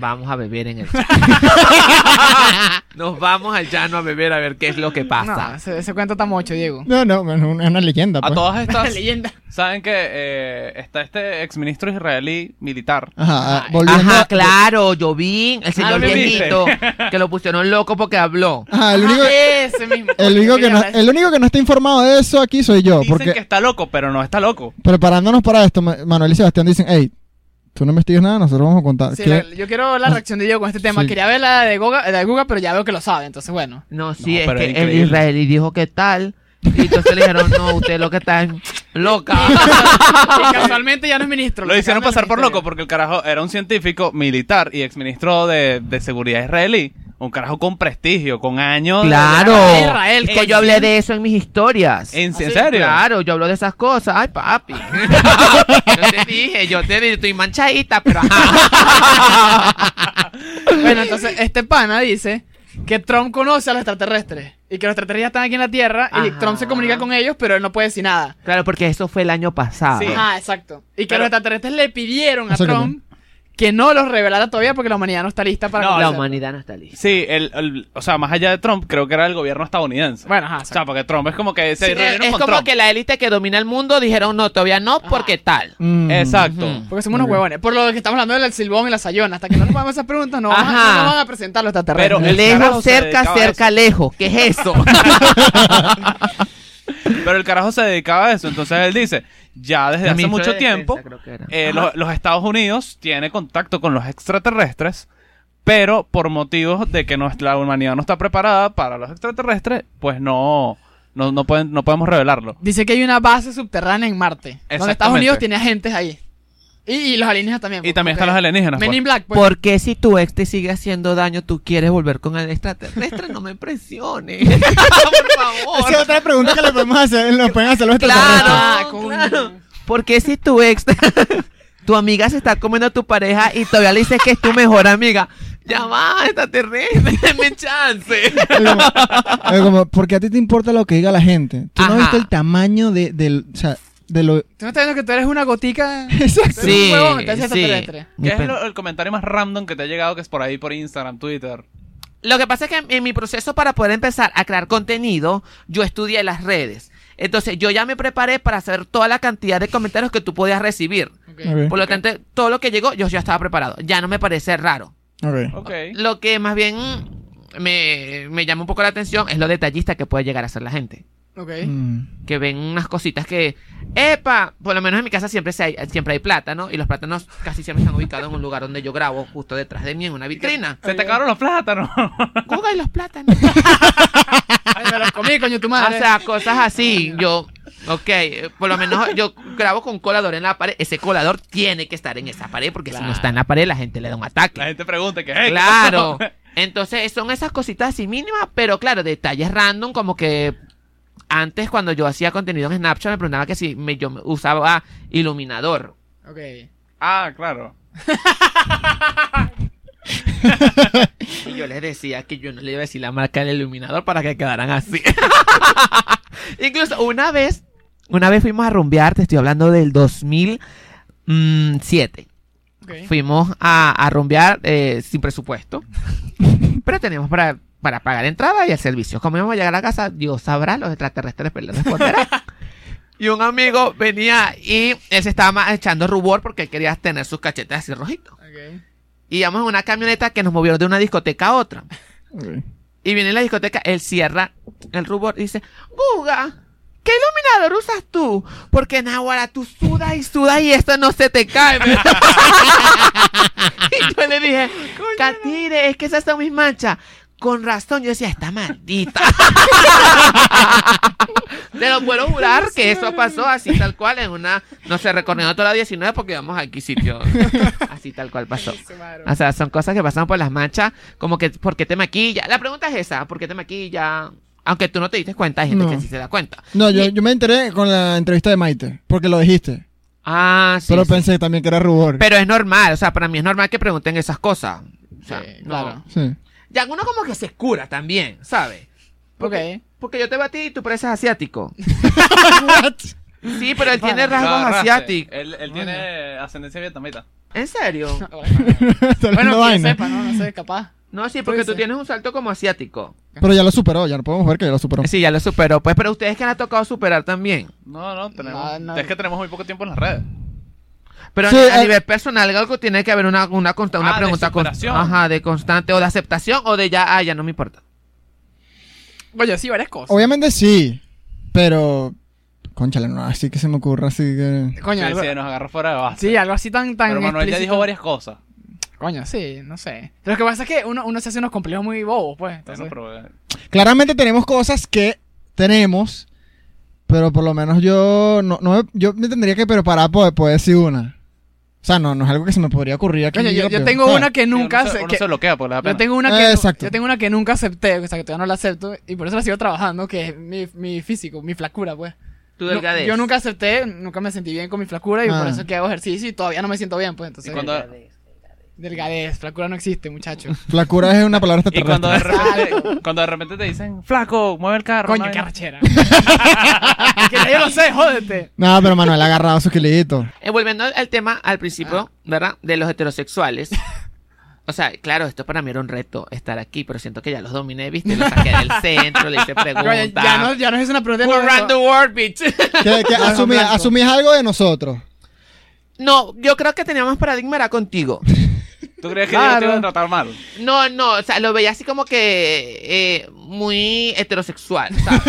Vamos a beber en el Nos vamos al llano a beber a ver qué es lo que No, pasa. ese, ese cuento está mocho, Diego. No, no, es una, es una leyenda. A pues. todas La estas, leyenda. saben que eh, está este exministro israelí militar. Ajá, ah, Ay. volviendo. Ajá, claro, yo vi el señor Ah, lo viste. viejito que lo pusieron loco porque habló. Ajá, el único, Ah, ese mismo. el, único que no, Quería hablar. el único que no está informado de eso aquí soy yo. Dicen porque que está loco, pero no está loco. preparándonos para esto, Ma- Manuel y Sebastián dicen, hey, tú no investigas nada, nosotros vamos a contar. Sí, ¿Qué? la- yo quiero la reacción de Diego con este tema. Sí. Quería ver la de Goga, la de Guga, pero ya veo que lo sabe, entonces bueno. No, sí, No, es pero que es el increíble. israelí dijo que tal. Y entonces le dijeron, no, usted lo que está es loca. Y casualmente ya no es ministro. Lo sacaron hicieron del pasar por ministerio. loco porque el carajo era un científico militar y exministro de, de seguridad israelí. Un carajo con prestigio, con años. de- Claro. Israel, es que coño. yo hablé de eso en mis historias. ¿En, en Ah, sí, serio? Claro, yo hablo de esas cosas. Ay, papi. yo te dije, yo te dije, estoy manchadita, pero ajá. Bueno, entonces este pana dice que Trump conoce a los extraterrestres y que los extraterrestres están aquí en la Tierra y Ajá. Trump se comunica con ellos, pero él no puede decir nada. Claro, porque eso fue el año pasado. Sí. Ajá, exacto. Y que Pero- los extraterrestres le pidieron a Eso que Trump que no los revelara todavía porque la humanidad no está lista para No, La conocerlo. humanidad no está lista. Sí, el, el- o sea, más allá de Trump, creo que era el gobierno estadounidense. Bueno, ajá. o sea, exacto. porque Trump es como que se Sí, es reunieron es con como Trump. que la élite que domina el mundo dijeron, no, todavía no, porque tal. Mm. Exacto. Ujú. Porque somos unos Ok. huevones. Por lo que estamos hablando del silbón y la sayona. Hasta que no nos pongamos esas preguntas, no, vamos a- Ajá. no nos van a presentar los extraterrestres. Pero eh, el carajo Lejos, se cerca, dedicaba a cerca, lejos. ¿Qué es eso? Pero el carajo se dedicaba a eso. Entonces él dice, ya desde hace mucho tiempo, eh, lo- los Estados Unidos tiene contacto con los extraterrestres, pero por motivos de que nuestra humanidad no está preparada para los extraterrestres, pues no, no, no, pueden, no podemos revelarlo. Dice que hay una base subterránea en Marte. Donde Estados Exactamente. Unidos tiene agentes ahí. Y, y los alienígenas también. Y también porque- están los alienígenas. Men pues. in Black, pues. ¿Por qué si tu ex te sigue haciendo daño, tú quieres volver con el extraterrestre? No me presiones. Por Esa es favor. otra pregunta que le podemos hacer, lo pueden hacer los extraterrestres. Ah, Claro, coño. claro. ¿Por qué si tu ex, tu amiga se está comiendo a tu pareja y todavía le dices que es tu mejor amiga? Ya va, extraterrestre, denme chance. Es como- es como, porque a ti te importa lo que diga la gente. Tú no Ajá. has visto el tamaño de, del, o sea, de lo... Tú no estás viendo que tú eres una gotica. Exacto. Pero un huevón, entonces extraterrestre. Mi ¿Qué es pen- lo- el comentario más random que te ha llegado que es por ahí por Instagram, Twitter? Lo que pasa es que en, en mi proceso para poder empezar a crear contenido, yo estudié las redes. Entonces, yo ya me preparé para hacer toda la cantidad de comentarios que tú podías recibir. Ok. Ok, Por lo tanto, todo lo que llegó, yo ya estaba preparado. Ya no me parece raro. ok. Ok. Lo que más bien mm, me, me llama un poco la atención es lo detallista que puede llegar a ser la gente. Ok. Mm. Que ven unas cositas que, epa, por lo menos en mi casa siempre, se hay, siempre hay plátano y los plátanos casi siempre están ubicados en un lugar donde yo grabo, justo detrás de mí, en una vitrina. eh, Se te acabaron los plátanos. Google los plátanos. Ay, me los comí, coño, tu O madre. sea, cosas así. Yo, ok, eh, por lo menos yo grabo con colador en la pared. Ese colador tiene que estar en esa pared porque si no Claro. está en la pared la gente le da un ataque. La gente pregunta que, "Hey, ¿qué Claro. pasó?" Entonces son esas cositas así mínimas, pero claro, detalles random como que antes cuando yo hacía contenido en Snapchat me preguntaba que si me, yo me- usaba iluminador. Ok. Ah, claro. Y yo les decía que yo no le iba a decir la marca del iluminador para que quedaran así. Incluso una vez, una vez fuimos a rumbear, te estoy hablando del 2007. Ok. Fuimos a, a rumbear eh, sin presupuesto, pero teníamos para, para pagar entrada y el servicio. Como íbamos a llegar a la casa, Dios sabrá, los extraterrestres pues, les responderán. y un amigo venía y él se estaba ma- echando rubor porque él quería tener sus cachetes así rojitos. Ok. Y íbamos en una camioneta que nos movieron de una discoteca a otra. Ok. Y viene la discoteca, él cierra el rubor y dice, Guga, ¿qué iluminador usas tú? Porque Nahuara, tú sudas y sudas y esto no se te cae. ¿verdad?" y yo le dije, Catire, es que esas son mis manchas. Con razón, yo decía, está maldita. Te lo puedo jurar que eso pasó así tal cual en una... No se recorrió toda la 19 porque vamos aquí sitio. Así tal cual pasó. O sea, son cosas que pasan por las manchas, como que ¿por qué te maquilla? La pregunta es esa, ¿por qué te maquilla? Aunque tú no te diste cuenta, hay gente No. que sí se da cuenta. No, yo, yo me enteré con la entrevista de Maite, porque lo dijiste. Ah, sí. Pero sí. pensé también que era rubor. Pero es normal, o sea, para mí es normal que pregunten esas cosas. O sea, Sí, no. claro. Sí. Y alguno como que se escura también, ¿sabes? Ok. Porque yo te batí y tú pareces asiático. Sí, pero él tiene rasgos asiáticos. Él, él tiene ascendencia vietnamita. ¿En serio? Está hablando Bueno, que vaina. sepa, ¿no? No sé, capaz. No, sí, porque tú Puede ser. tienes un salto como asiático. Pero ya lo superó, ya no podemos ver que ya lo superó. Sí, ya lo superó. Pues, pero ustedes que han tocado superar también. No, no, tenemos. No, no. Es que tenemos muy poco tiempo en las redes. Pero a- Sí, a, eh. nivel personal, algo tiene que haber una, una, consta- una Ah, de pregunta con- superación. ajá, de constante o de aceptación o de ya, ah, ya no me importa. Oye, sí, varias cosas. Obviamente sí, pero... Conchale, no, así que se me ocurra, así que... Coño, Sí, algo, sí, nos agarró fuera de base. sí, algo así tan, tan Pero Manuel ya explícito. dijo varias cosas. Coño, sí, no sé. Lo que pasa es que uno, uno se hace unos complejos muy bobos, pues. Bueno, entonces- pero, eh, Claramente tenemos cosas que tenemos, pero por lo menos yo no, no me- yo me tendría que preparar para poder decir una. O sea, no, no es algo que se me podría ocurrir aquí. Coño, yo, yo rápido, tengo ¿sabes? una que nunca... uno se, se- uno que- se bloquea por la Yo pena. tengo una Eh, que exacto. yo tengo una que nunca acepté, o sea, que todavía no la acepto y por eso la sigo trabajando, que es mi, mi físico, mi flacura, pues. Tú No, delgadez. yo nunca acepté, nunca me sentí bien con mi flacura y Ah. por eso es que hago ejercicio y todavía no me siento bien, pues. Y Entonces, cuando, delgadez, flacura no existe, muchacho. Flacura es una palabra y cuando de extraterrestre. repente, cuando de repente te dicen, flaco, mueve el carro. Coño, ¿no? qué arrechera. que ya yo lo sé, jódete. No, pero Manuel ha agarrado su kilito. Eh, volviendo al- al tema al principio, ¿verdad? De los heterosexuales. O sea, claro, esto para mí era un reto estar aquí, pero siento que ya los dominé, ¿viste? Los saqué del centro, le hice Coño, preguntas. ya no, ya no es una pregunta. Who no, ran the no. world, bitch? Que, que asumí- blanco. asumís algo de nosotros. No, yo creo que tenía más paradigma era contigo. ¿Tú crees que yo te Claro. iba a tratar mal? No, no, o sea, lo veía así como que eh, muy heterosexual, ¿sabes?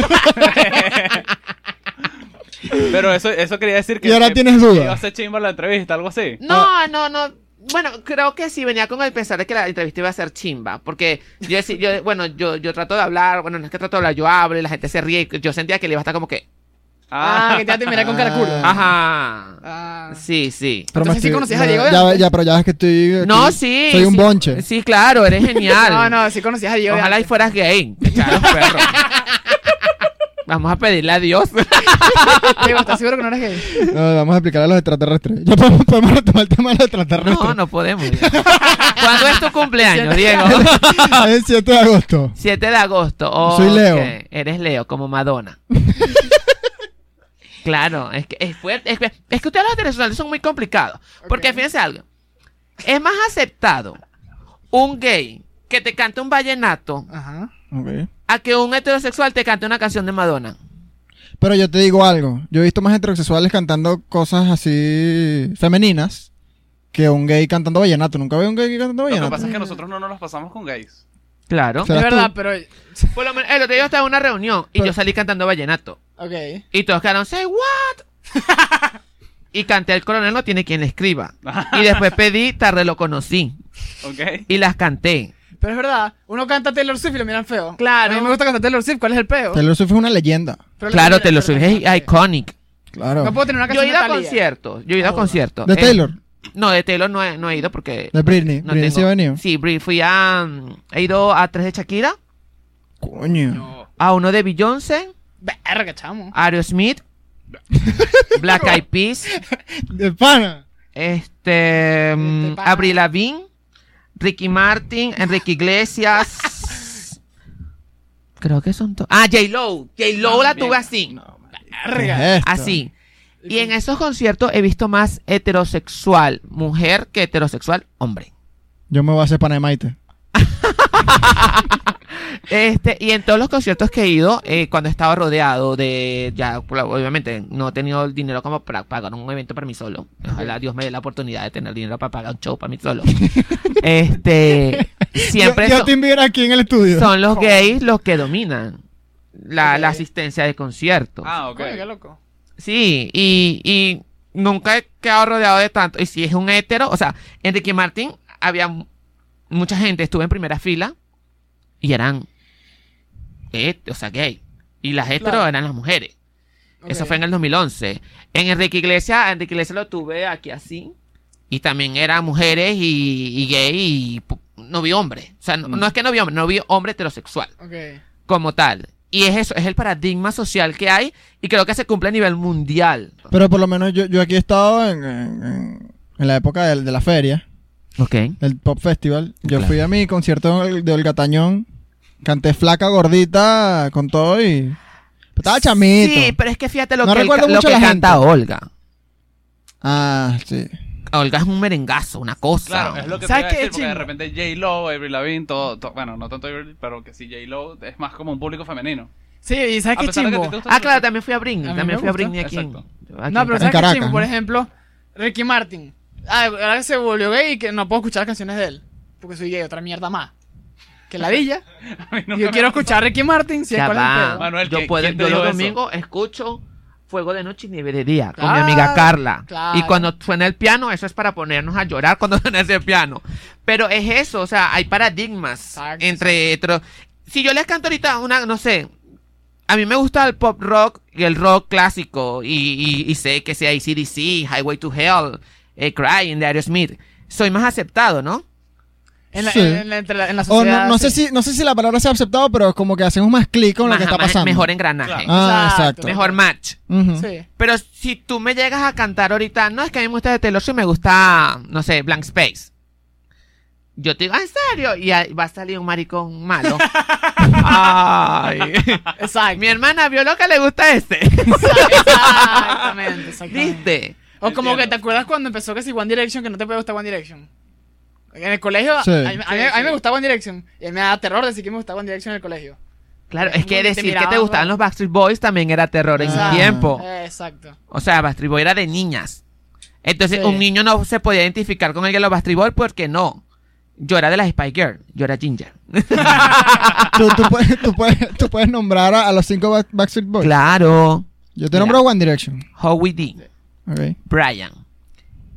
Pero eso, eso quería decir que. Y ahora que- tienes duda. que Iba a ser chimba la entrevista, algo así. No, no, no. Bueno, creo que sí venía con el pensar de que la entrevista iba a ser chimba, porque yo, decí- yo bueno, yo, yo trato de hablar, bueno, no es que trato de hablar, yo hablo y la gente se ríe, y yo sentía que le iba a estar como que, Ah, que te vas a mirar con cara de culo. Ah. ajá, Ah. sí, sí. Pero Entonces me sí conocías a no, Diego de ya, antes. ya, pero ya ves que estoy. aquí. No, sí. Soy un sí. bonche. Sí, claro, eres genial. Ah, No, no, sí conocías a Diego. de Ojalá y antes. fueras gay. Echar a los perros. Vamos a pedirle a Dios. Diego, ¿estás seguro que no eres gay? No, vamos a explicar a los extraterrestres. Ya podemos, podemos retomar el tema de los extraterrestres. No, no podemos. ¿Cuándo es tu cumpleaños, Diego? El 7 de agosto. 7 de agosto. Oh, Soy Leo. ok. Eres Leo, como Madonna. claro, es que es fuerte. Es que, es que ustedes los heterosexuales son muy complicados. Porque Ok. fíjense algo. Es más aceptado un gay que te cante un vallenato Ajá. Ok. a que un heterosexual te cante una canción de Madonna. Pero yo te digo algo. Yo he visto más heterosexuales cantando cosas así femeninas que un gay cantando vallenato. Nunca veo un gay cantando Lo que vallenato. pasa es que nosotros no nos los pasamos con gays. Claro. ¿Serás Es verdad, tú? pero... Por lo menos, el otro día yo estaba en una reunión y Pero- yo salí cantando vallenato. Ok. Y todos quedaron, say what? y canté el coronel no tiene quien le escriba. Y después pedí, tarde lo conocí. ¿Ok? Y las canté. Pero es verdad, uno canta Taylor Swift y lo miran feo. Claro. A mí me gusta cantar Taylor Swift, ¿cuál es el peo? Taylor Swift es una leyenda. Pero Claro, le- te lo pero- subí, es iconic. Claro. No puedo tener una Yo canción he ido a de Thalía. conciertos, yo he ido a Ah, conciertos. De Eh, Taylor. no, de Taylor no he, no he ido porque... De Britney. no Britney sí tengo- ha venido. Sí, Bri- fui a... mm, He ido a tres de Shakira, Coño. No. a uno de Beyoncé, Verga, chamo. Aerosmith, Black Eyed Peas, De pana. Este. mm, Este, pana. Avril Lavigne, Ricky Martin, Enrique Iglesias. Creo que son todos. Ah, J-Lo. J-Lo Ah, la tuve así. Verga. ¿Qué es esto? así. Y en esos conciertos he visto más heterosexual mujer que heterosexual hombre. Yo me voy a hacer pana de Maite. Este, y en todos los conciertos que he ido, eh, cuando he estado rodeado de, ya, pues, obviamente, no he tenido el dinero como para pagar un evento para mí solo. Ojalá Dios me dé la oportunidad de tener dinero para pagar un show para mí solo. este, siempre Yo, yo son, te invito aquí en el estudio. son los gays los que dominan la, la asistencia de conciertos. Ah, ok. Coño, qué loco. Sí, y, y nunca he quedado rodeado de tanto. Y si es un hétero, o sea, Enrique Martín, había m- mucha gente, estuve en primera fila y eran, het- o sea, gay. Y las heteros Claro. eran las mujeres. Eso fue en el 2011. En Enrique Iglesias, a Enrique Iglesias lo tuve aquí así. Y también era mujeres y, y gay y pu- no vi hombre. O sea, no, no es que no vi hombre, no vi hombre heterosexual Ok. como tal. Y es eso, es el paradigma social que hay y creo que se cumple a nivel mundial. Pero por lo menos yo, yo aquí he estado en, en- en- en la época del- de, la feria, Ok. del Pop Festival. Yo Claro. fui a mi concierto del- de Olga Tañón. Canté flaca, gordita, con todo y. Estaba chamito. Sí, pero es que fíjate lo No que, el recuerdo ca- lo mucho que la canta gente. Olga. Ah, sí. Olga es un merengazo, una cosa. Claro, es lo que te ¿Sabes iba a qué decir, es porque de chimbo? repente J-Lo, Avril Lavigne, todo, todo- bueno, no tanto Avril, pero que sí, J-Lo es más como un público femenino. Sí, y ¿sabes A qué pesar de que chimbo? te gusta Ah, mucho- claro, también fui a Britney. A mí también me fui a gusta. Britney aquí. en- aquí No, en pero Caracas. ¿sabes Ah, qué Caracas, chimbo? ¿no? Por ejemplo, Ricky Martin. Ah, ahora se volvió gay y que no puedo escuchar las canciones de él. Porque soy gay, otra mierda más. Que la villa. A mí nunca yo me- quiero escuchar a Ricky Martin. Si es Ya cuál es el va. pedo. Manuel, yo ¿quién- puedo, quién te yo dijo los eso? domingos escucho Fuego de Noche y Nieve de Día con mi Claro, amiga Carla. claro. Y cuando suena el piano, eso es para ponernos a llorar cuando suena ese piano. Pero es eso, o sea, hay paradigmas Exacto, entre hetero- Si yo les canto ahorita una, no sé, a mí me gusta el pop rock y el rock clásico. Y, y- y sé que sea ACDC, Highway to Hell, eh, Crying de Aerosmith. Soy más aceptado, ¿no? En la, Sí. en, la- entre la- en la O no, sociedad. no sé sí. si, no sé si la palabra se ha aceptado, pero como que hacemos más clic con lo Más- que está más- pasando. Mejor engranaje. Claro. Ah, Exacto. exacto. Mejor match. Ujú. Sí. Pero si tú me llegas a cantar ahorita, no es que a mí me gusta de Taylor Swift, me gusta, no sé, Blank Space. Yo te digo, "Ah, ¿en serio? Y ahí va a salir un maricón malo. Ay. Exacto. Mi hermana vio lo que le gusta a este. Exactamente, exactamente. ¿Viste? O como que Entiendo. te acuerdas cuando empezó que si One Direction, que no te puede gustar One Direction. En el colegio, Sí. a, mí, a mí- a mí Sí, sí. me gustaba One Direction. Y a mí me da terror decir que me gustaba One Direction en el colegio. Claro, es que Te decir que miraba, te gustaban ¿no? los Backstreet Boys también era terror en su Exacto. tiempo. Eh, exacto. O sea, Backstreet Boys era de niñas. Entonces, Sí. un niño no se podía identificar con el de los Backstreet Boys porque no. Yo era de las Spy Girl, yo era Ginger. Tú, tú puedes, tú puedes- tú puedes nombrar a, a los cinco Back- Backstreet Boys. Claro. Yo te nombro One Direction. Howie D. Ok. Brian,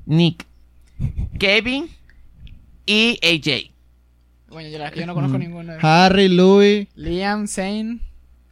Nick, Kevin y AJ. Bueno, yo, la- yo no conozco Mm. ninguno. Harry, Louis Liam, Zane y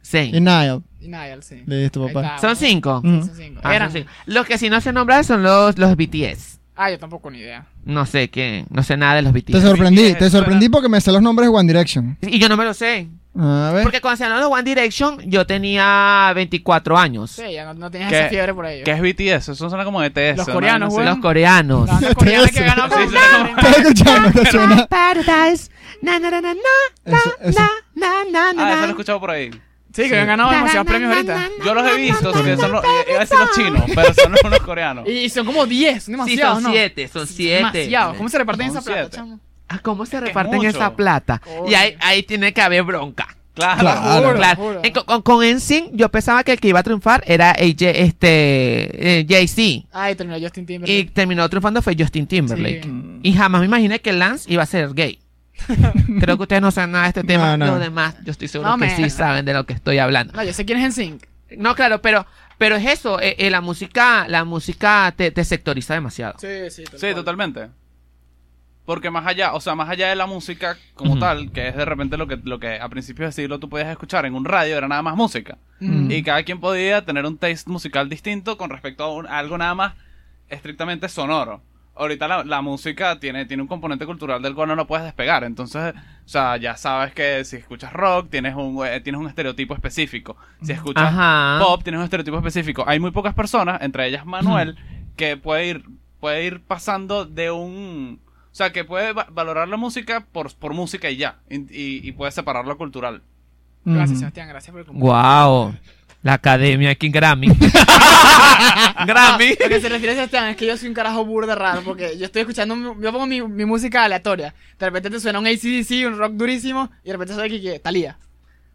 Sí. Niall. y Niall, sí. Listo, Ahí papá. está, Son bueno. cinco. Mm. Son cinco. Ah, son Eran. cinco. Los que sí no se nombran son los, los BTS. Ah, yo tampoco ni idea. No sé qué, no sé nada de los Te BTS. sorprendí, BTS, te sorprendí porque me sé los nombres de One Direction. Y yo no me lo sé. ¿Eh? A ver. Porque cuando se los One Direction, yo tenía 24 años. Sí, ya no, no tenías ¿Qué? esa fiebre por ellos. ¿Qué es BTS? Eso suena como BTS. Los ¿no? coreanos, No sé. güey. Los coreanos. La banda coreana que ganó Sí, con sí. Estás escuchando, te suena. Paradise. Na, na, na, na, na, Eso- eso. na, na, na, Ah, eso lo he na. escuchado por ahí. Sí, que han ganado Na, na, demasiados na, premios na, ahorita. na, na, Yo los he na, visto, na, que na, na, son los, eh, iba a decir los chinos, pero son unos coreanos. Y son como 10, son Sí, demasiados, son ¿no? siete, son siete. Demasiados. ¿Cómo se reparten Son esa plata, siete. chamo? Ah, ¿Cómo se que es reparten mucho. esa plata? Y Coño. ahí, ahí tiene que haber bronca. Claro. Claro. Juro, Claro. juro. Eh, con- con, con NSYNC, yo pensaba que el que iba a triunfar era AJ, este, eh, Jay-Z. Ay, terminó Justin Timberlake. Y terminó triunfando fue Justin Timberlake. Sí. Y jamás me imaginé que Lance iba a ser gay. Creo que ustedes no saben nada de este tema. No, no. Lo demás, yo estoy seguro No, que man. sí saben de lo que estoy hablando. No, yo sé quién es NSYNC. No, claro, pero, pero es eso. eh, eh, la música, la música te, te sectoriza demasiado. Sí, sí. Sí, totalmente. Porque más allá, o sea, más allá de la música como Ujú. tal, que es de repente lo que, lo que a principios de siglo tú podías escuchar en un radio, era nada más música. Mm. Y cada quien podía tener un taste musical distinto con respecto a, un- a algo nada más estrictamente sonoro. Ahorita la, la música tiene, tiene un componente cultural del cual no lo puedes despegar. Entonces, o sea, ya sabes que si escuchas rock, tienes un, eh, tienes un estereotipo específico. Si escuchas Ajá. pop, tienes un estereotipo específico. Hay muy pocas personas, entre ellas Manuel, que puede ir, puede ir pasando de un... O sea, que puede va- valorar la música por, por música y ya. Y, y- y puede separar lo cultural. Mm. Gracias, Ujú. Sebastián, gracias por el comentario. Wow. La academia aquí en Grammy. Grammy. Ah, Lo que se refiere a Sebastián es que yo soy un carajo burda raro porque yo estoy escuchando, mi- yo pongo mi, mi música aleatoria. De repente te suena un ACDC, un rock durísimo y de repente sabes que, que Talía.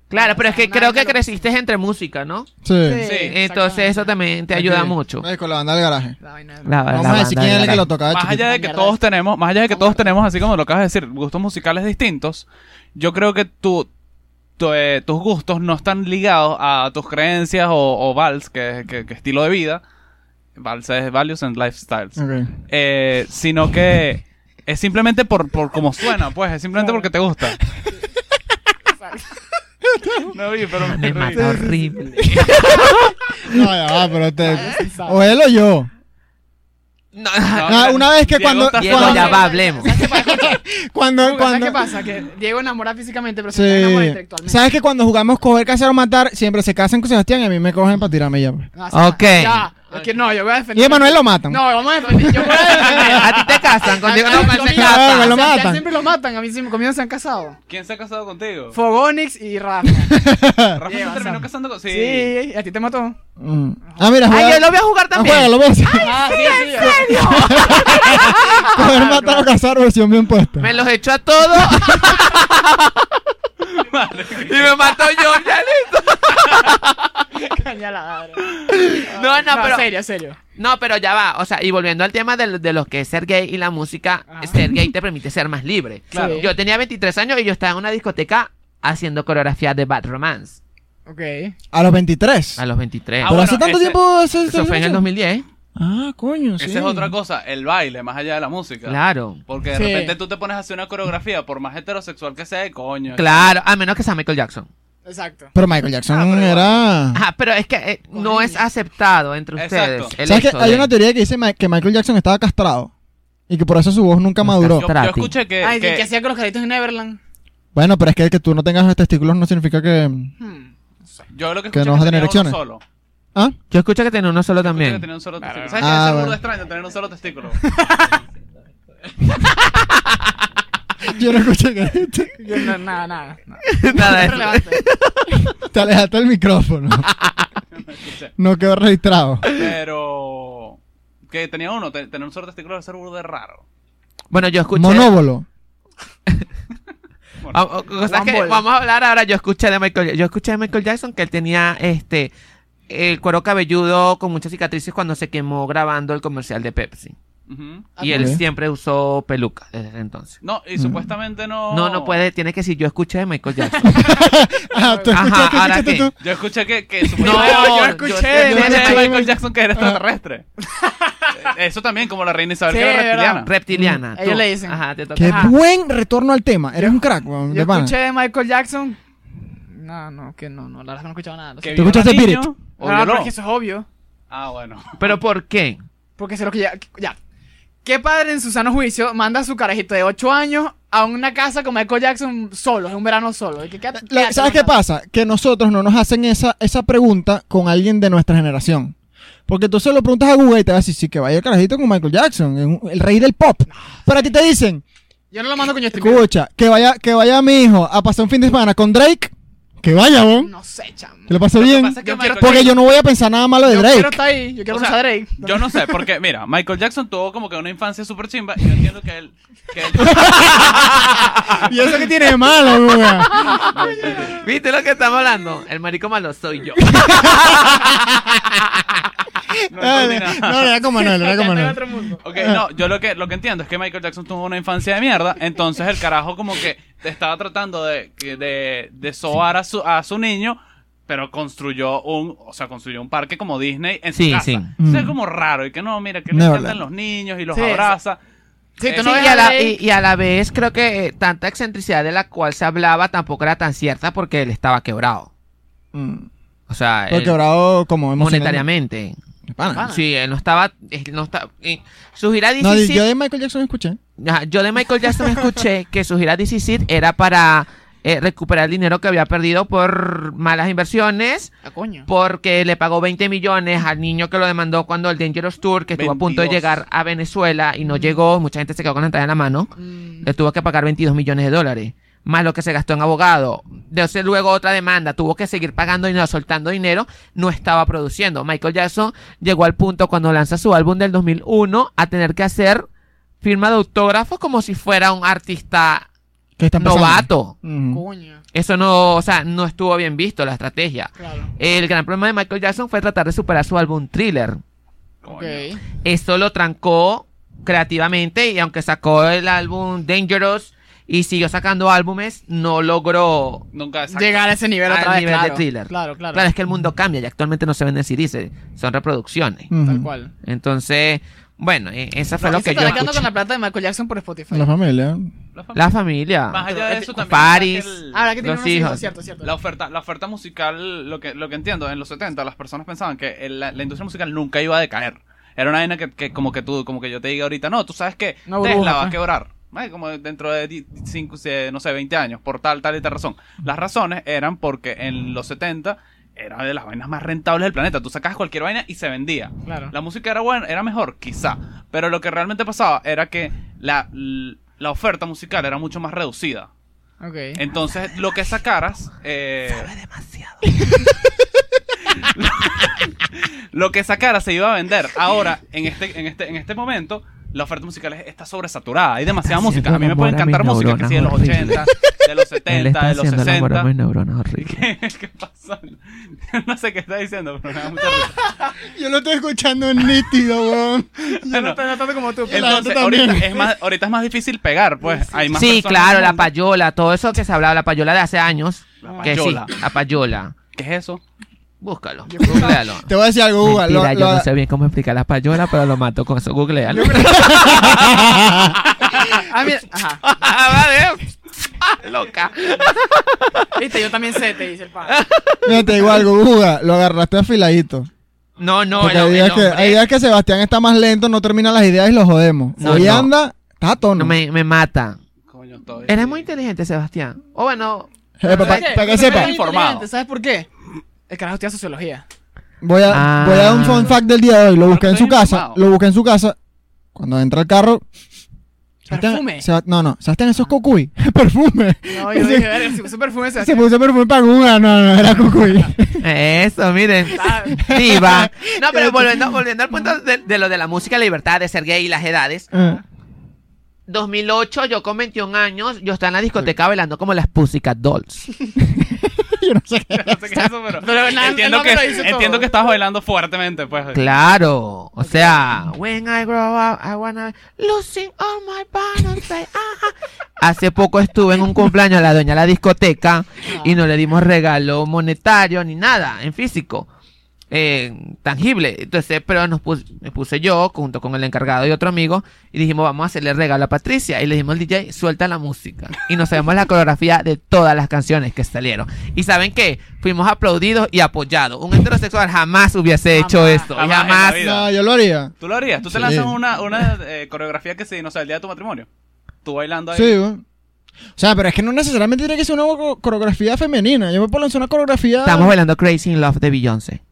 Claro, pero es que Nada creo que que lo- creciste entre música, ¿no? Sí. Entonces eso también te ayuda mucho. Ay, con la banda del garaje. La vaina- La- la Vamos a decir banda quién de es el que la- lo tocaba Más allá Ah, chiquito. de que Mierda. todos tenemos, más allá de que todos Mierda. tenemos, así como lo acabas de decir, gustos musicales distintos, yo creo que tú, tu- eh, tus gustos no están ligados a tus creencias o, o vals, que, que- que estilo de vida. Vals es Values and Lifestyles. Ok. Eh, sino que es simplemente por, por cómo suena, pues, es simplemente porque te gusta. No vi, pero me Me reí. mata horrible. No, ya va, pero te... O él o yo. No, Ah, una vez que Diego cuando- está Diego, solo. ya va, hablemos. Cuando, ¿Sabes cuando... qué pasa? Que Diego enamora físicamente, pero Sí. se enamora intelectualmente. ¿Sabes que cuando jugamos coger, cazar o matar, siempre se casan con Sebastián y a mí me cogen para tirarme ya? pues. No, o sea, Ok. Ya. Es que no, yo voy a defender. Y a Manuel lo matan. No, vamos a defender. Yo voy a defender. A ti te casan, contigo A- no a- se conmigo- casan. a- casan. lo a- a- matan. Siempre lo matan. A mí sí, conmigo se han casado. ¿Quién se ha casado contigo? Fogonix y Rafa. Rafa se Lleva, terminó Sam. casando con... Sí. Sí, a ti te mató. Mm. Ah, mira, Ay, yo juega. lo voy a jugar Ah, también. juega, lo ves. Ah, sí, sí, sí. Coger, matar o cazar, versión bien puesta. Me los echó a todos. y me mató yo, ya listo. Cañalada, No, no, pero. serio, serio. No, pero ya va. O sea, y volviendo al tema de, de los que es ser gay y la música, Ajá. ser gay te permite ser más libre. Claro. Sí. Yo tenía 23 años y yo estaba en una discoteca haciendo coreografía de Bad Romance Ok. A los 23. a los 23. Ah, Pero bueno, hace tanto ese- tiempo... ese- Eso fue en el 2010. Ah, coño, sí. Esa es otra cosa, el baile, más allá de la música. Claro. Porque de Sí. repente tú te pones a hacer una coreografía, por más heterosexual que sea, coño. Claro, a menos que sea Michael Jackson. Exacto. Pero Michael Jackson Ah, pero igual. era... Ajá, pero es que eh, no es aceptado entre ustedes. Ah. Exacto. el ¿Sabes que hecho hay de- una teoría que dice Ma- que Michael Jackson estaba castrado? Y que por eso su voz nunca No está maduró. Yo, yo Trati. escuché que... Ay, que- ¿qué hacía con los caritos en Neverland? Bueno, pero es que que tú no tengas testículos no significa que... Hmm. yo lo que que escuché no vas a tener tenía uno erecciones. solo. Escuché ¿Ah? Yo escucho que tiene uno solo que también. tenía un solo testículo. Ah, ¿Sabes que es algo bueno. extraño tener un solo testículo? Yo no escuché que te, Yo no, nada, nada. nada. Nada, es- relevante. te alejaste del micrófono. No quedó registrado. Pero... Que tenía uno, te- tener un solo testículo era ser burda de raro. Bueno, yo escuché. Monóbolo. Ah, ah, cosas que Guambol. vamos a hablar ahora. Yo escuché de Michael, yo escuché de Michael Jackson que él tenía este el cuero cabelludo con muchas cicatrices cuando se quemó grabando el comercial de Pepsi. Ujú. Y él Ah, ok. siempre usó peluca desde ese entonces. No, y supuestamente no... No, no puede, tiene que decir yo escuché de Michael Jackson. Ah, tú Ajá, escuchaste, ¿ahora escuchaste qué? tú. Yo escuché que... que No, supuestamente- yo yo escuché, sé- Yo yo escuché sé- a Michael Jackson que era extraterrestre. Eso también, como la reina Isabel, Sí, que era es verdad. reptiliana. Reptiliana. Ellos tú. le dicen. Ajá, te toca. Qué Ajá. buen retorno al tema. Eres un crack, weón, Yo de pana. escuché de Michael Jackson. No, no, que no, no. La verdad que no he escuchado nada. lo Que siento. ¿Tú viola escuchaste niño, Spirit? o No, no, violó. pero es que eso es obvio. Ah, bueno. Pero ¿por qué? Porque eso es lo que ya, ya. ¿Qué padre en su sano juicio manda a su carajito de 8 años a una casa con Michael Jackson solo, en un verano solo? Y que queda- La- queda- ¿Sabes qué pasa? Que nosotros no nos hacen esa, esa pregunta con alguien de nuestra generación. Porque tú se lo preguntas a Google y te vas a decir, sí, que vaya el carajito con Michael Jackson, es un- el rey del pop. Pero a ti te dicen, Yo no lo mando con yo escucha, que vaya, que vaya mi hijo a pasar un fin de semana con Drake, que vaya, weón, No sé, chamo. que lo pase bien. pasa es que Yo quiero- Michael- Porque yo no voy a pensar nada malo de Yo quiero Drake. estar ahí, yo quiero O sea, conocer a Drake. Yo no sé, porque mira, Michael Jackson tuvo como que una infancia súper chimba y yo entiendo que él... Que él ¿Y eso que tiene de malo, weón? ¿Viste lo que estamos hablando? El marico malo soy yo. no Dale. entendí nada. No, era con Manuel, era Ya está con en Manuel. otro mundo. Ok, no, yo lo que, lo que entiendo es que Michael Jackson tuvo una infancia de mierda, entonces el carajo como que estaba tratando de, de, de sobar a su, a su niño, pero construyó un, o sea, construyó un parque como Disney en su Sí, casa. sí. O sea, es Mm. como raro y que no, mira, que le Neverland. encantan los niños y los Sí, abraza. Sí, tú Eh, Sí, no ves y, a a la, Drake. y- y a la vez creo que eh, tanta excentricidad de la cual se hablaba tampoco era tan cierta porque él estaba quebrado. Mm. O sea, Todo él- quebrado como emocionalmente. monetariamente. Pana. Sí, él no estaba, él no estaba. eh, su gira No, DC, yo de Michael Jackson escuché. Ajá, yo de Michael Jackson escuché que su gira DC era para eh, recuperar el dinero que había perdido por malas inversiones, Ah, coño. porque le pagó 20 millones al niño que lo demandó cuando el Dangerous Tour, que estuvo a punto de 22. llegar a Venezuela y no llegó, mucha gente se quedó con la entrada en la mano. Mm, Le tuvo que pagar 22 millones de dólares, más lo que se gastó en abogado. Entonces luego otra demanda, tuvo que seguir pagando dinero, soltando dinero, no estaba produciendo. Michael Jackson llegó al punto cuando lanza su álbum del 2001 a tener que hacer firma de autógrafos como si fuera un artista Que está empezando. novato. Ujú. Coño, Eso no, o sea, no estuvo bien visto la estrategia. claro. El gran problema de Michael Jackson fue tratar de superar su álbum Thriller. Coño. Ok. Eso lo trancó creativamente y aunque sacó el álbum Dangerous y siguió sacando álbumes, no logró... Nunca exacto. Llegar a ese nivel Al otra vez, Ah, nivel de claro. thriller. Claro, claro. Claro, es que el mundo cambia y actualmente no se venden CDs, eh, son reproducciones. Tal Ujú. cual. Entonces, bueno, eh, esa fue lo No, que se yo estará quedando con escuché. la plata de Michael Jackson por Spotify. La familia. La familia. La familia. Más allá de eso también. Paris. está el- Ahora que tiene Los unos hijos, hijos. cierto, cierto. La oferta, la oferta musical, lo que, lo que entiendo, en los 70 las personas pensaban que el- la, la industria musical nunca iba a decaer. Era una vaina que, que como que tú, como que yo te diga ahorita, no, tú sabes que Una burbuja, Tesla va a pues. quebrar. Ay, Como dentro de 5, no sé, 20 años, por tal, tal y tal razón. Las razones eran porque en los 70 era de las vainas más rentables del planeta. Tú sacabas cualquier vaina y se vendía. Claro. La música era buena, era mejor, quizá. Pero lo que realmente pasaba era que la, la oferta musical era mucho más reducida. Ok. Entonces, lo que sacaras. eh, demasiado. lo que sacaras se iba a vender. Ahora, en este, en este, en este momento, la oferta musical es- está sobresaturada. Hay demasiada Está música. A mí me haciendo puede enamorar encantar mis música que sí, de los neuronas, 80, de los Él 70, está de los haciendo la guarda 60. mis neuronas horrible. ¿Qué, qué pasa? No sé qué está diciendo, pero me da mucha risa. Yo lo estoy escuchando nítido, weón. Yo no Bueno, estoy notando como tú. la Entonces, neta ahorita también. es, más, ahorita es más difícil pegar, pues. Hay más Sí, personas claro, en el la mundo. payola, todo eso que se hablaba, la payola de hace años. La que sí, payola. la payola. ¿Qué es eso? Búscalo, googlealo. Te voy a decir algo, Guga. Mentira, lo- yo lo- no sé bien cómo explicar la payola, pero lo mato con eso. Googlealo. Ah, mira. Ajá. Vale. Loca. Viste, yo también sé, te dice el padre. Mira, te digo algo, Guga. Lo agarraste afiladito. No, no, Porque el, hay el días que, hombre- hay días que Sebastián está más lento, no termina las ideas y lo jodemos. No, Hoy no. anda, está a tono. Eh, no, me, me mata. Coño, todavía- Eres muy inteligente, Sebastián. O bueno, Eh, pa- pa- ¿Sabes Para qué? que Tú sepa, eres Informado. inteligente, ¿Sabes por qué? El carajo estudia sociología. voy a, Ah. voy a dar un fun fact del día de hoy. Lo Pero busqué en estoy su casa, informado. lo busqué en su casa. Cuando entra al carro... Sebastián- Perfume. Seba- no, no, Sebastián, eso es cocuy. Es perfume. No, yo dije, ver, si puso perfume se Se puso perfume para Guga. No, no, era cocuy. eso, miren. ¿Sabes? Diva. No, pero volviendo, volviendo al punto de, de lo de la música, la libertad, de ser gay y las edades. Eh. 2008, yo con 21 años, yo estaba en la discoteca bailando como las Pussycat Dolls. Yo no sé qué. No sé qué es eso, pero. Pero nada, entiendo, no que, me lo hizo todo. entiendo que estabas bailando fuertemente, pues. Claro, o sea, when I grow up, I wanna losing all my ah, bones, babe. Ajá. Hace poco estuve en un cumpleaños a la dueña de la discoteca y no le dimos regalo monetario ni nada, en físico, eh, tangible. Entonces, pero nos pus- me puse yo junto con el encargado y otro amigo y dijimos, vamos a hacerle regalo a Patricia. Y le dijimos al DJ, suelta la música. Y nos sabemos la coreografía de todas las canciones que salieron. Y ¿saben qué? Fuimos aplaudidos y apoyados. Un heterosexual jamás hubiese hecho Jamás. eso. Jamás en la Jamás. vida. No, yo lo haría. ¿Tú lo harías? ¿Tú te Sí. lanzas una, una eh, coreografía que se no sé, el día de tu matrimonio? Tú bailando ahí. Sí, weón. O sea, pero es que no necesariamente tiene que ser una co- coreografía femenina. Yo me puedo lanzar una coreografía. Estamos bailando Crazy in Love de Beyoncé.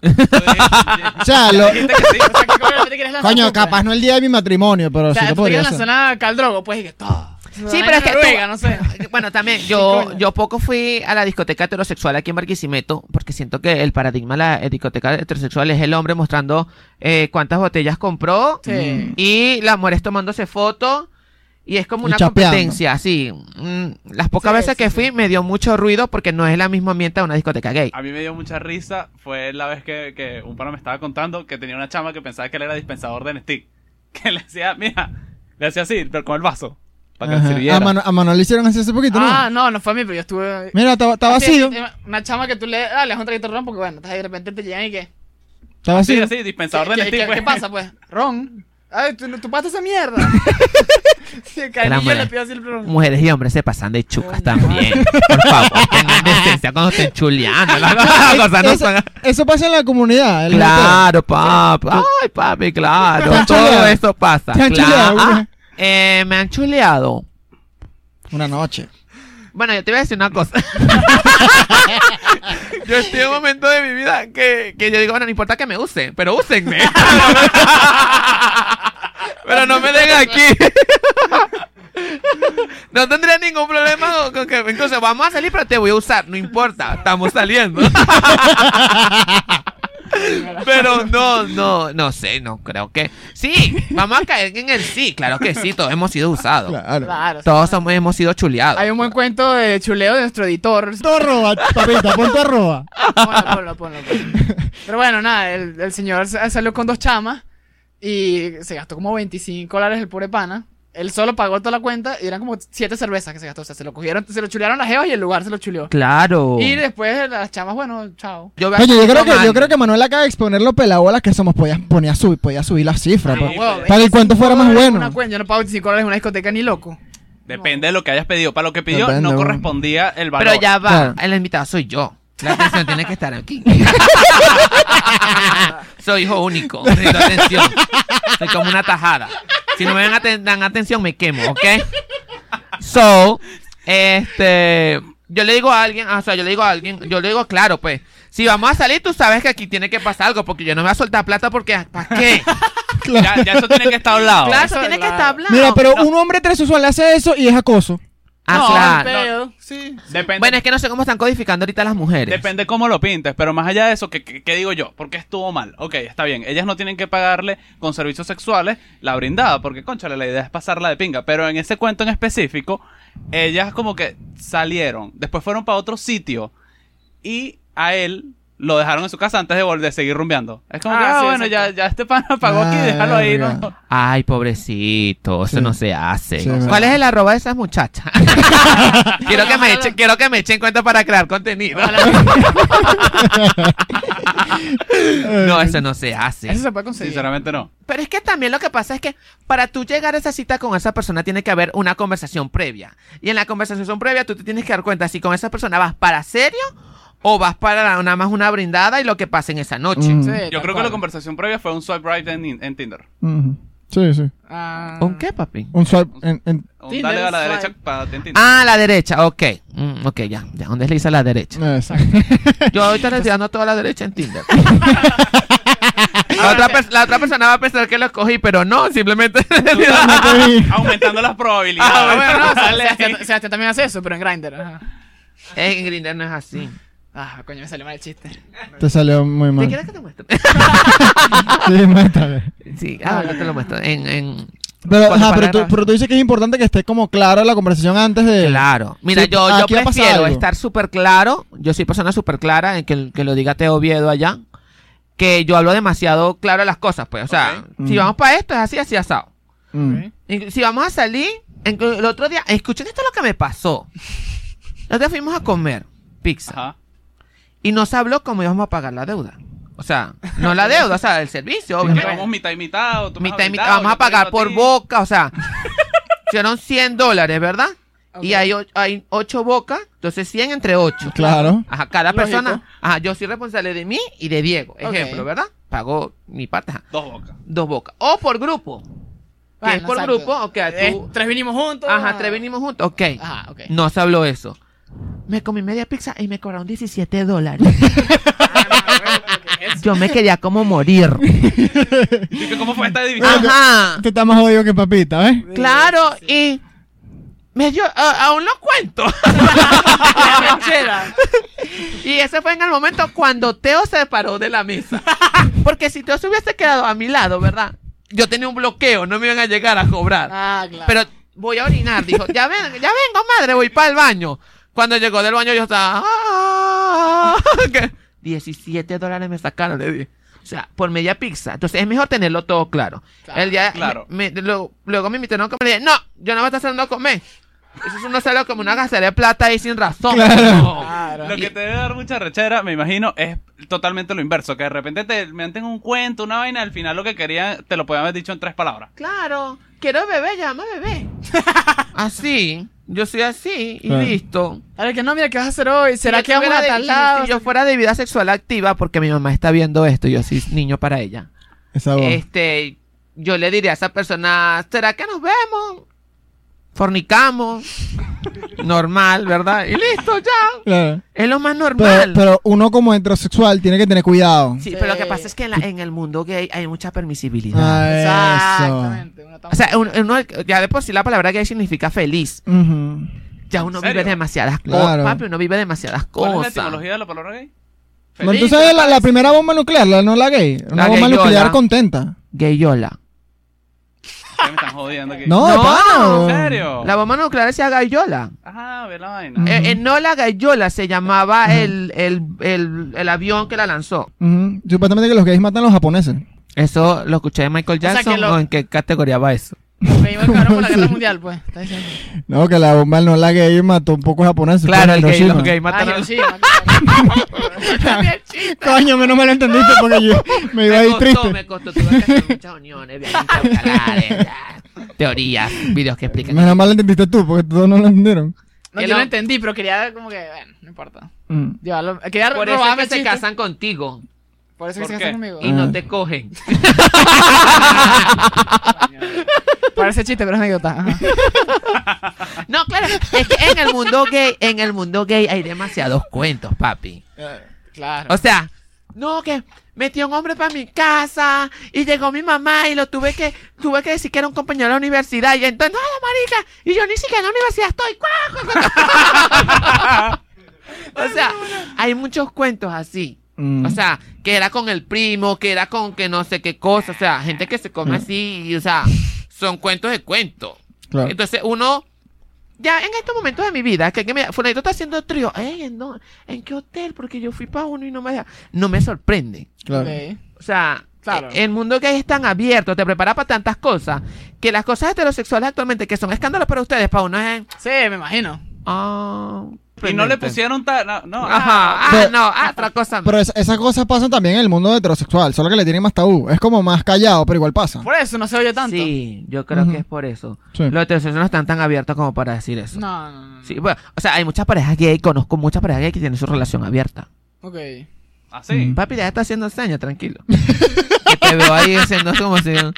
Tú dijiste- O sea, lo- dijiste que sí. O sea, que coño, te quieres lanzar Coño, tú, capaz pues. no el día de mi matrimonio, pero O sí sea, lo tú podría quieres hacer. lanzar a Caldrogo, pues y que todo. Sí, pero es que tú- Noruega, no sé. Bueno, también yo, coño. yo poco fui a la discoteca heterosexual aquí en Barquisimeto, porque siento que el paradigma de la eh, discoteca heterosexual es el hombre mostrando eh, cuántas botellas compró Sí. y las mujeres tomándose fotos. Y es como Y una chapeando. competencia, sí. Mm, las pocas Sí, veces sí, que sí. fui me dio mucho ruido porque no es la misma ambiente de una discoteca gay. A mí me dio mucha risa. Fue la vez que, que un pana me estaba contando que tenía una chama que pensaba que él era dispensador de Nestlé. Que le hacía, mira, le hacía así, pero con el vaso. Para que le Ajá. sirviera. A, Mano- a Manuel le hicieron así hace poquito, ¿no? Ah, no, no fue a mí, pero yo estuve. Mira, está está Sí, vacío. Una chama que tú le ah, le das un traguito de ron porque bueno, estás ahí de repente te llegan y que. Está Sí, vacío. así, dispensador de ¿Qué, Nestlé. qué- pues. qué pasa, pues? Ron. Ay, tú, no- tú pagaste esa mierda. sí, cariño, muera. le pido así el ron. Mujeres y hombres se pasan de chucas también. Por favor, tengan decencia cuando estén chuleando. Las cosas no E-, eso, son- eso pasa en la comunidad. el Claro, papi. Ay, papi, claro. Te han Todo chuleado. eso pasa. Te han Claro. chuleado, Ah, güey. eh, me han chuleado. LGBT. Una noche. Bueno, yo te voy a decir una cosa. yo estoy en un momento de mi vida que, que yo digo, bueno, no importa que me usen, pero úsenme. pero no me den aquí. no tendría ningún problema con- con que incluso vamos a salir, pero te voy a usar, no importa, estamos saliendo. Pero no, no, no sé, no creo que. Sí, vamos a caer en el sí, claro que sí, todos hemos sido usados. Claro. Claro. sí. Todos somos- hemos sido chuleados. Hay un buen cuento de chuleo de nuestro editor. Punto arroba, papita, punto arroba. Ponlo, ponlo, ponlo, ponlo. Pero bueno, nada, el, el señor sa- salió con dos chamas y se gastó como 25 dólares el pobre pana. Él solo pagó toda la cuenta y eran como siete cervezas que se gastó. O sea, se lo cogieron, se lo chulearon las jevas y el lugar se lo chuleó. Claro. Y después las chamas, bueno, chao. Yo, veo Oye, yo aquí creo, que, yo tomando. creo que Manuel acaba de exponer lo pelabolas que somos. Podía, ponía subir, podía subir las cifras. Sí, pues. pues. Huevo, Para que el cuento fuera más 25 dólares en bueno. una cuenta, yo no pago 25 dólares en una discoteca ni loco. Depende de lo que hayas pedido. Para lo que pidió Depende, no bueno. correspondía el valor. Pero ya va, Claro. el invitado soy yo. La atención tiene que estar aquí. soy hijo único, necesito atención. Soy como una tajada. Si no me dan, aten- dan atención, me quemo, ¿ok? So, este. Yo le digo a alguien, ah, o sea, yo le digo a alguien, yo le digo, claro, pues, si vamos a salir, tú sabes que aquí tiene que pasar algo, porque yo no me voy a soltar plata porque, ¿para qué? Claro. Ya, ya eso tiene que estar hablado. Claro, eso Ah, eso tiene es que la- estar hablado. Mira, pero un hombre transsexual hace eso y es acoso. Ah, no, claro. el pedo, sí. Depende, Bueno, es que no sé cómo están codificando ahorita las mujeres. depende cómo lo pintes. Pero más allá de eso, ¿qué, qué, qué digo yo? ¿Por qué estuvo mal? Ok, está bien. Ellas no tienen que pagarle con servicios sexuales la brindada. Porque, conchale, la idea es pasarla de pinga. Pero en ese cuento en específico, ellas como que salieron. Después fueron para otro sitio. Y a él lo dejaron en su casa antes de volver de seguir rumbeando. Es como Ah, que, ah, sí, bueno, ya, exacto. ya este pana pagó aquí, déjalo ahí, ¿no? Verga. Ay, pobrecito, eso Sí. no se hace. Sí, verdad. ¿Cuál es el arroba de esas muchachas? quiero, que me echen, quiero que me echen cuenta para crear contenido. Eh. no, eso no se Eso hace. se puede conseguir. Sinceramente no. Pero es que también lo que pasa es que para tú llegar a esa cita con esa persona tiene que haber una conversación previa. Y en la conversación previa tú te tienes que dar cuenta si con esa persona vas para serio o vas para nada más una brindada y lo que pasa en esa noche. Mm. Sí, tal Yo creo que la cual. conversación previa fue un swipe right en, en Tinder. Ujú. Sí, sí. Ah. ¿Con qué, papi? Un swipe en- en- Un Tinder, dale a la swipe. derecha para en Tinder. Ah, la derecha, ok. Mm, ok, ya, ya. ¿Dónde le hice a la derecha? no, esa. Yo ahorita le Pues estoy dando toda la derecha en Tinder. la, otra pers- la otra persona va a pensar que lo escogí, pero no, simplemente. Aumentando las probabilidades. Ah, bueno, no, Dale ahí. Sebastián, Sebastián también hace eso, pero en Grindr. ajá. en Grindr no es así. Ah, coño, me salió mal el chiste. Te salió muy ¿Te mal. quieres que te muestre? Sí, métale. sí, ah, yo te lo muestro. En, en... Pero, Cuando ajá, pero, pararon. tú, pero tú dices que es importante que esté como clara la conversación antes de... Claro. Mira, Sí, yo, yo aquí ha pasado prefiero algo. estar súper claro. Yo soy persona súper clara, en que, que lo diga Teo Oviedo allá. Que yo hablo demasiado claro de las cosas, pues. O sea, Ok. si Mm. vamos para esto, es así, así asado. Mm. Ok. Inclu- Si vamos a salir, en- el otro día, escuchen esto es lo que me pasó. El otro día fuimos a comer pizza Ajá. y nos habló cómo íbamos a pagar la deuda. O sea, no la deuda, o sea, el servicio, Vamos obviamente. mitad y mitad. o tú me has Mitad y mitad, brindado, vamos yo a te brindo pagar por ti. boca, o sea, fueron 100 dólares, ¿verdad? Y Ok. hay, o- hay 8 bocas, entonces 100 entre 8. Claro. Ajá, cada Lógico. persona, ajá, yo soy responsable de mí y de Diego, Ok. ejemplo, ¿verdad? Pagó mi parte, ajá, Dos bocas. dos bocas. O por grupo, que es Bueno, por exacto. grupo, o que Eh, tú... tres vinimos juntos. Ajá, tres vinimos juntos. Ok. Ajá, Ah, ok. No se habló eso. Me comí media pizza y me cobraron 17 dólares. Yo me quería como morir. ¿Y que ¿Cómo fue esta división? Ajá. Este está más jodido que papita, ¿ves? Claro, y. Me dio. a- aún lo cuento. Chela. Y ese fue en el momento cuando Teo se paró de la mesa. Porque si Teo se hubiese quedado a mi lado, ¿verdad? Yo tenía un bloqueo, no me iban a llegar a cobrar. Ah, claro. Pero voy a orinar, dijo. Ya, ven, ya vengo, madre, voy para el baño. Cuando llegó del baño yo estaba... "Ah", que 17 dólares me sacaron, le dije. O sea, por media pizza. Entonces es mejor tenerlo todo claro. Claro, el día, claro. me- me- luego, luego me invitaron a comer. y dije, no, yo no voy a estar saliendo a comer. Eso es uno salió como una gacela de plata ahí sin razón. No. Claro. Lo que te debe dar mucha rechera, me imagino, es totalmente lo inverso. Que de repente te meten un cuento, una vaina, al final lo que querían te lo podían haber dicho en tres palabras. Claro, quiero bebé, llama bebé. así, yo soy así y Claro. listo. A ver, que no, mira, ¿qué vas a hacer hoy? ¿Será yo que vamos tuviera a de- tal si- lado? Si yo fuera de vida sexual activa, porque mi mamá está viendo esto, yo soy niño para ella. Esa voz. Este, yo le diría a esa persona, ¿será que nos vemos? Fornicamos. Normal, ¿verdad? Y listo, ya. Claro. Es lo más normal. Pero, pero uno como heterosexual tiene que tener cuidado. sí, pero lo que Sí. pasa es que en, la- en el mundo gay hay mucha permisibilidad. Ah, eso. Exactamente. una tan- O sea, uno- uno- ya de por sí la palabra gay significa feliz. Ujú. Ya uno ¿En serio? vive demasiadas cosas. Claro. Papi, uno vive demasiadas ¿Cuál es la cosas. etimología de la palabra gay? No, Feliz, tú sabes la, la primera bomba nuclear, la no la gay. Una La bomba gayola. nuclear contenta. Gayola. ¿Qué me están jodiendo aquí? No, No, pana. ¿En serio? La bomba nuclear decía gayola. Ajá, ve la vaina. Ujú. Eh, eh, no la Gayola se llamaba el, el, el, el avión que la lanzó. Ujú. Supuestamente que los gays matan a los japoneses. Eso lo escuché de Michael sea, Jackson que lo- o en qué categoría va eso. Pedimos el cabrón por la Sí. guerra mundial, pues. Está diciendo. No, que la bomba no la gay mató un poco japonés. Claro, el gay, los Hiroshima. gays mataron. Ah, yo sí, man. Coño, menos me lo entendiste porque yo me iba a ir triste. me costó, tuve que hacer muchas uniones, viajes intercalares, ah, teorías, videos que explican. Menos mal lo entendiste tú porque todos no lo entendieron. No, Que yo no. lo entendí, pero quería como que, bueno, no importa. Mm. Llevarlo, quería Por eso es robarme que se chistes. casan contigo Por eso es que se ¿Por qué? casan conmigo. y no te cogen. ah. Parece chiste, pero es anécdota. ajá. No, claro, es que en el mundo gay, en el mundo gay hay demasiados cuentos, papi. Claro. O sea, no que metí a un hombre para mi casa y llegó mi mamá y lo tuve que tuve que decir que era un compañero de la universidad y entonces no, marica, y yo ni siquiera en la universidad estoy. ¡cuá, cuá, cuá! o sea, hay muchos cuentos así. Mm. O sea, que era con el primo, que era con que no sé qué cosa, o sea, gente que se come así, y, o sea, son cuentos de cuentos. Claro. Entonces uno, ya en estos momentos de mi vida, que, que me, Fulanito está haciendo trío, "Ey, ¿en, dó- ¿en qué hotel? Porque yo fui para uno y no me deja. No me sorprende. Claro. Ok. O sea, Claro. eh, el mundo gay es tan abierto, te prepara para tantas cosas, que las cosas heterosexuales actualmente que son escándalos para ustedes, para uno es... Sí, me imagino. ah, Y no le sorprendente. pusieron tal. No, no, Ajá, ah, Pero- no, ah, otra cosa. Pero es- esas cosas pasan también en el mundo heterosexual, solo que le tienen más tabú. Es como más callado, pero igual pasa. Por eso no se oye tanto. Sí, yo creo Ujú. que es por eso. Sí. Los heterosexuales no están tan abiertos como para decir eso. No, no, no. Sí, bueno, o sea, hay muchas parejas gay, conozco muchas parejas gay que tienen su relación abierta. Ok. ah, Así. Papi, ya está haciendo señas, tranquilo. Que te veo ahí haciendo como si... No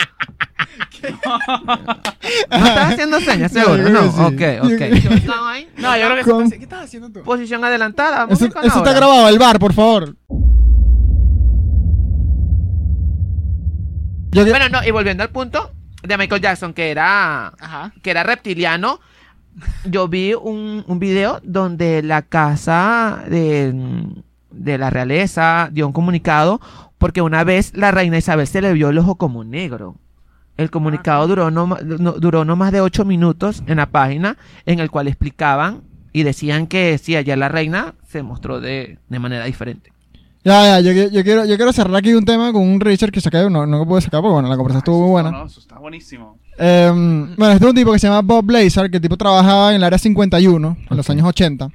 estás haciendo señas, Yo seguro, creo ¿no? que sí. Ok, Yo creo- ok. Estamos ahí. No, yo creo que Con- sí. ¿Qué estás haciendo tú? Posición adelantada. vamos Eso, con eso está ahora. grabado, el bar, por favor. Yo que- Bueno, no, y volviendo al punto de Michael Jackson, que era... Ajá. que era reptiliano, yo vi un, un video donde la casa de, de la realeza dio un comunicado porque una vez la reina Isabel se le vio el ojo como negro. El comunicado duró no, ma- no- duró no más de ocho minutos en la página en el cual explicaban y decían que sí, allá la reina se mostró de, de manera diferente. Ya, ya, yo, qui- yo quiero, yo quiero cerrar aquí un tema con un Richard que saqué, no, no pude sacar porque bueno, la conversación estuvo muy buena. No, no, eso está buenísimo. Eh, bueno, este es un tipo que se llama Bob Blazer, que el tipo trabajaba en el área 51 en los años 80.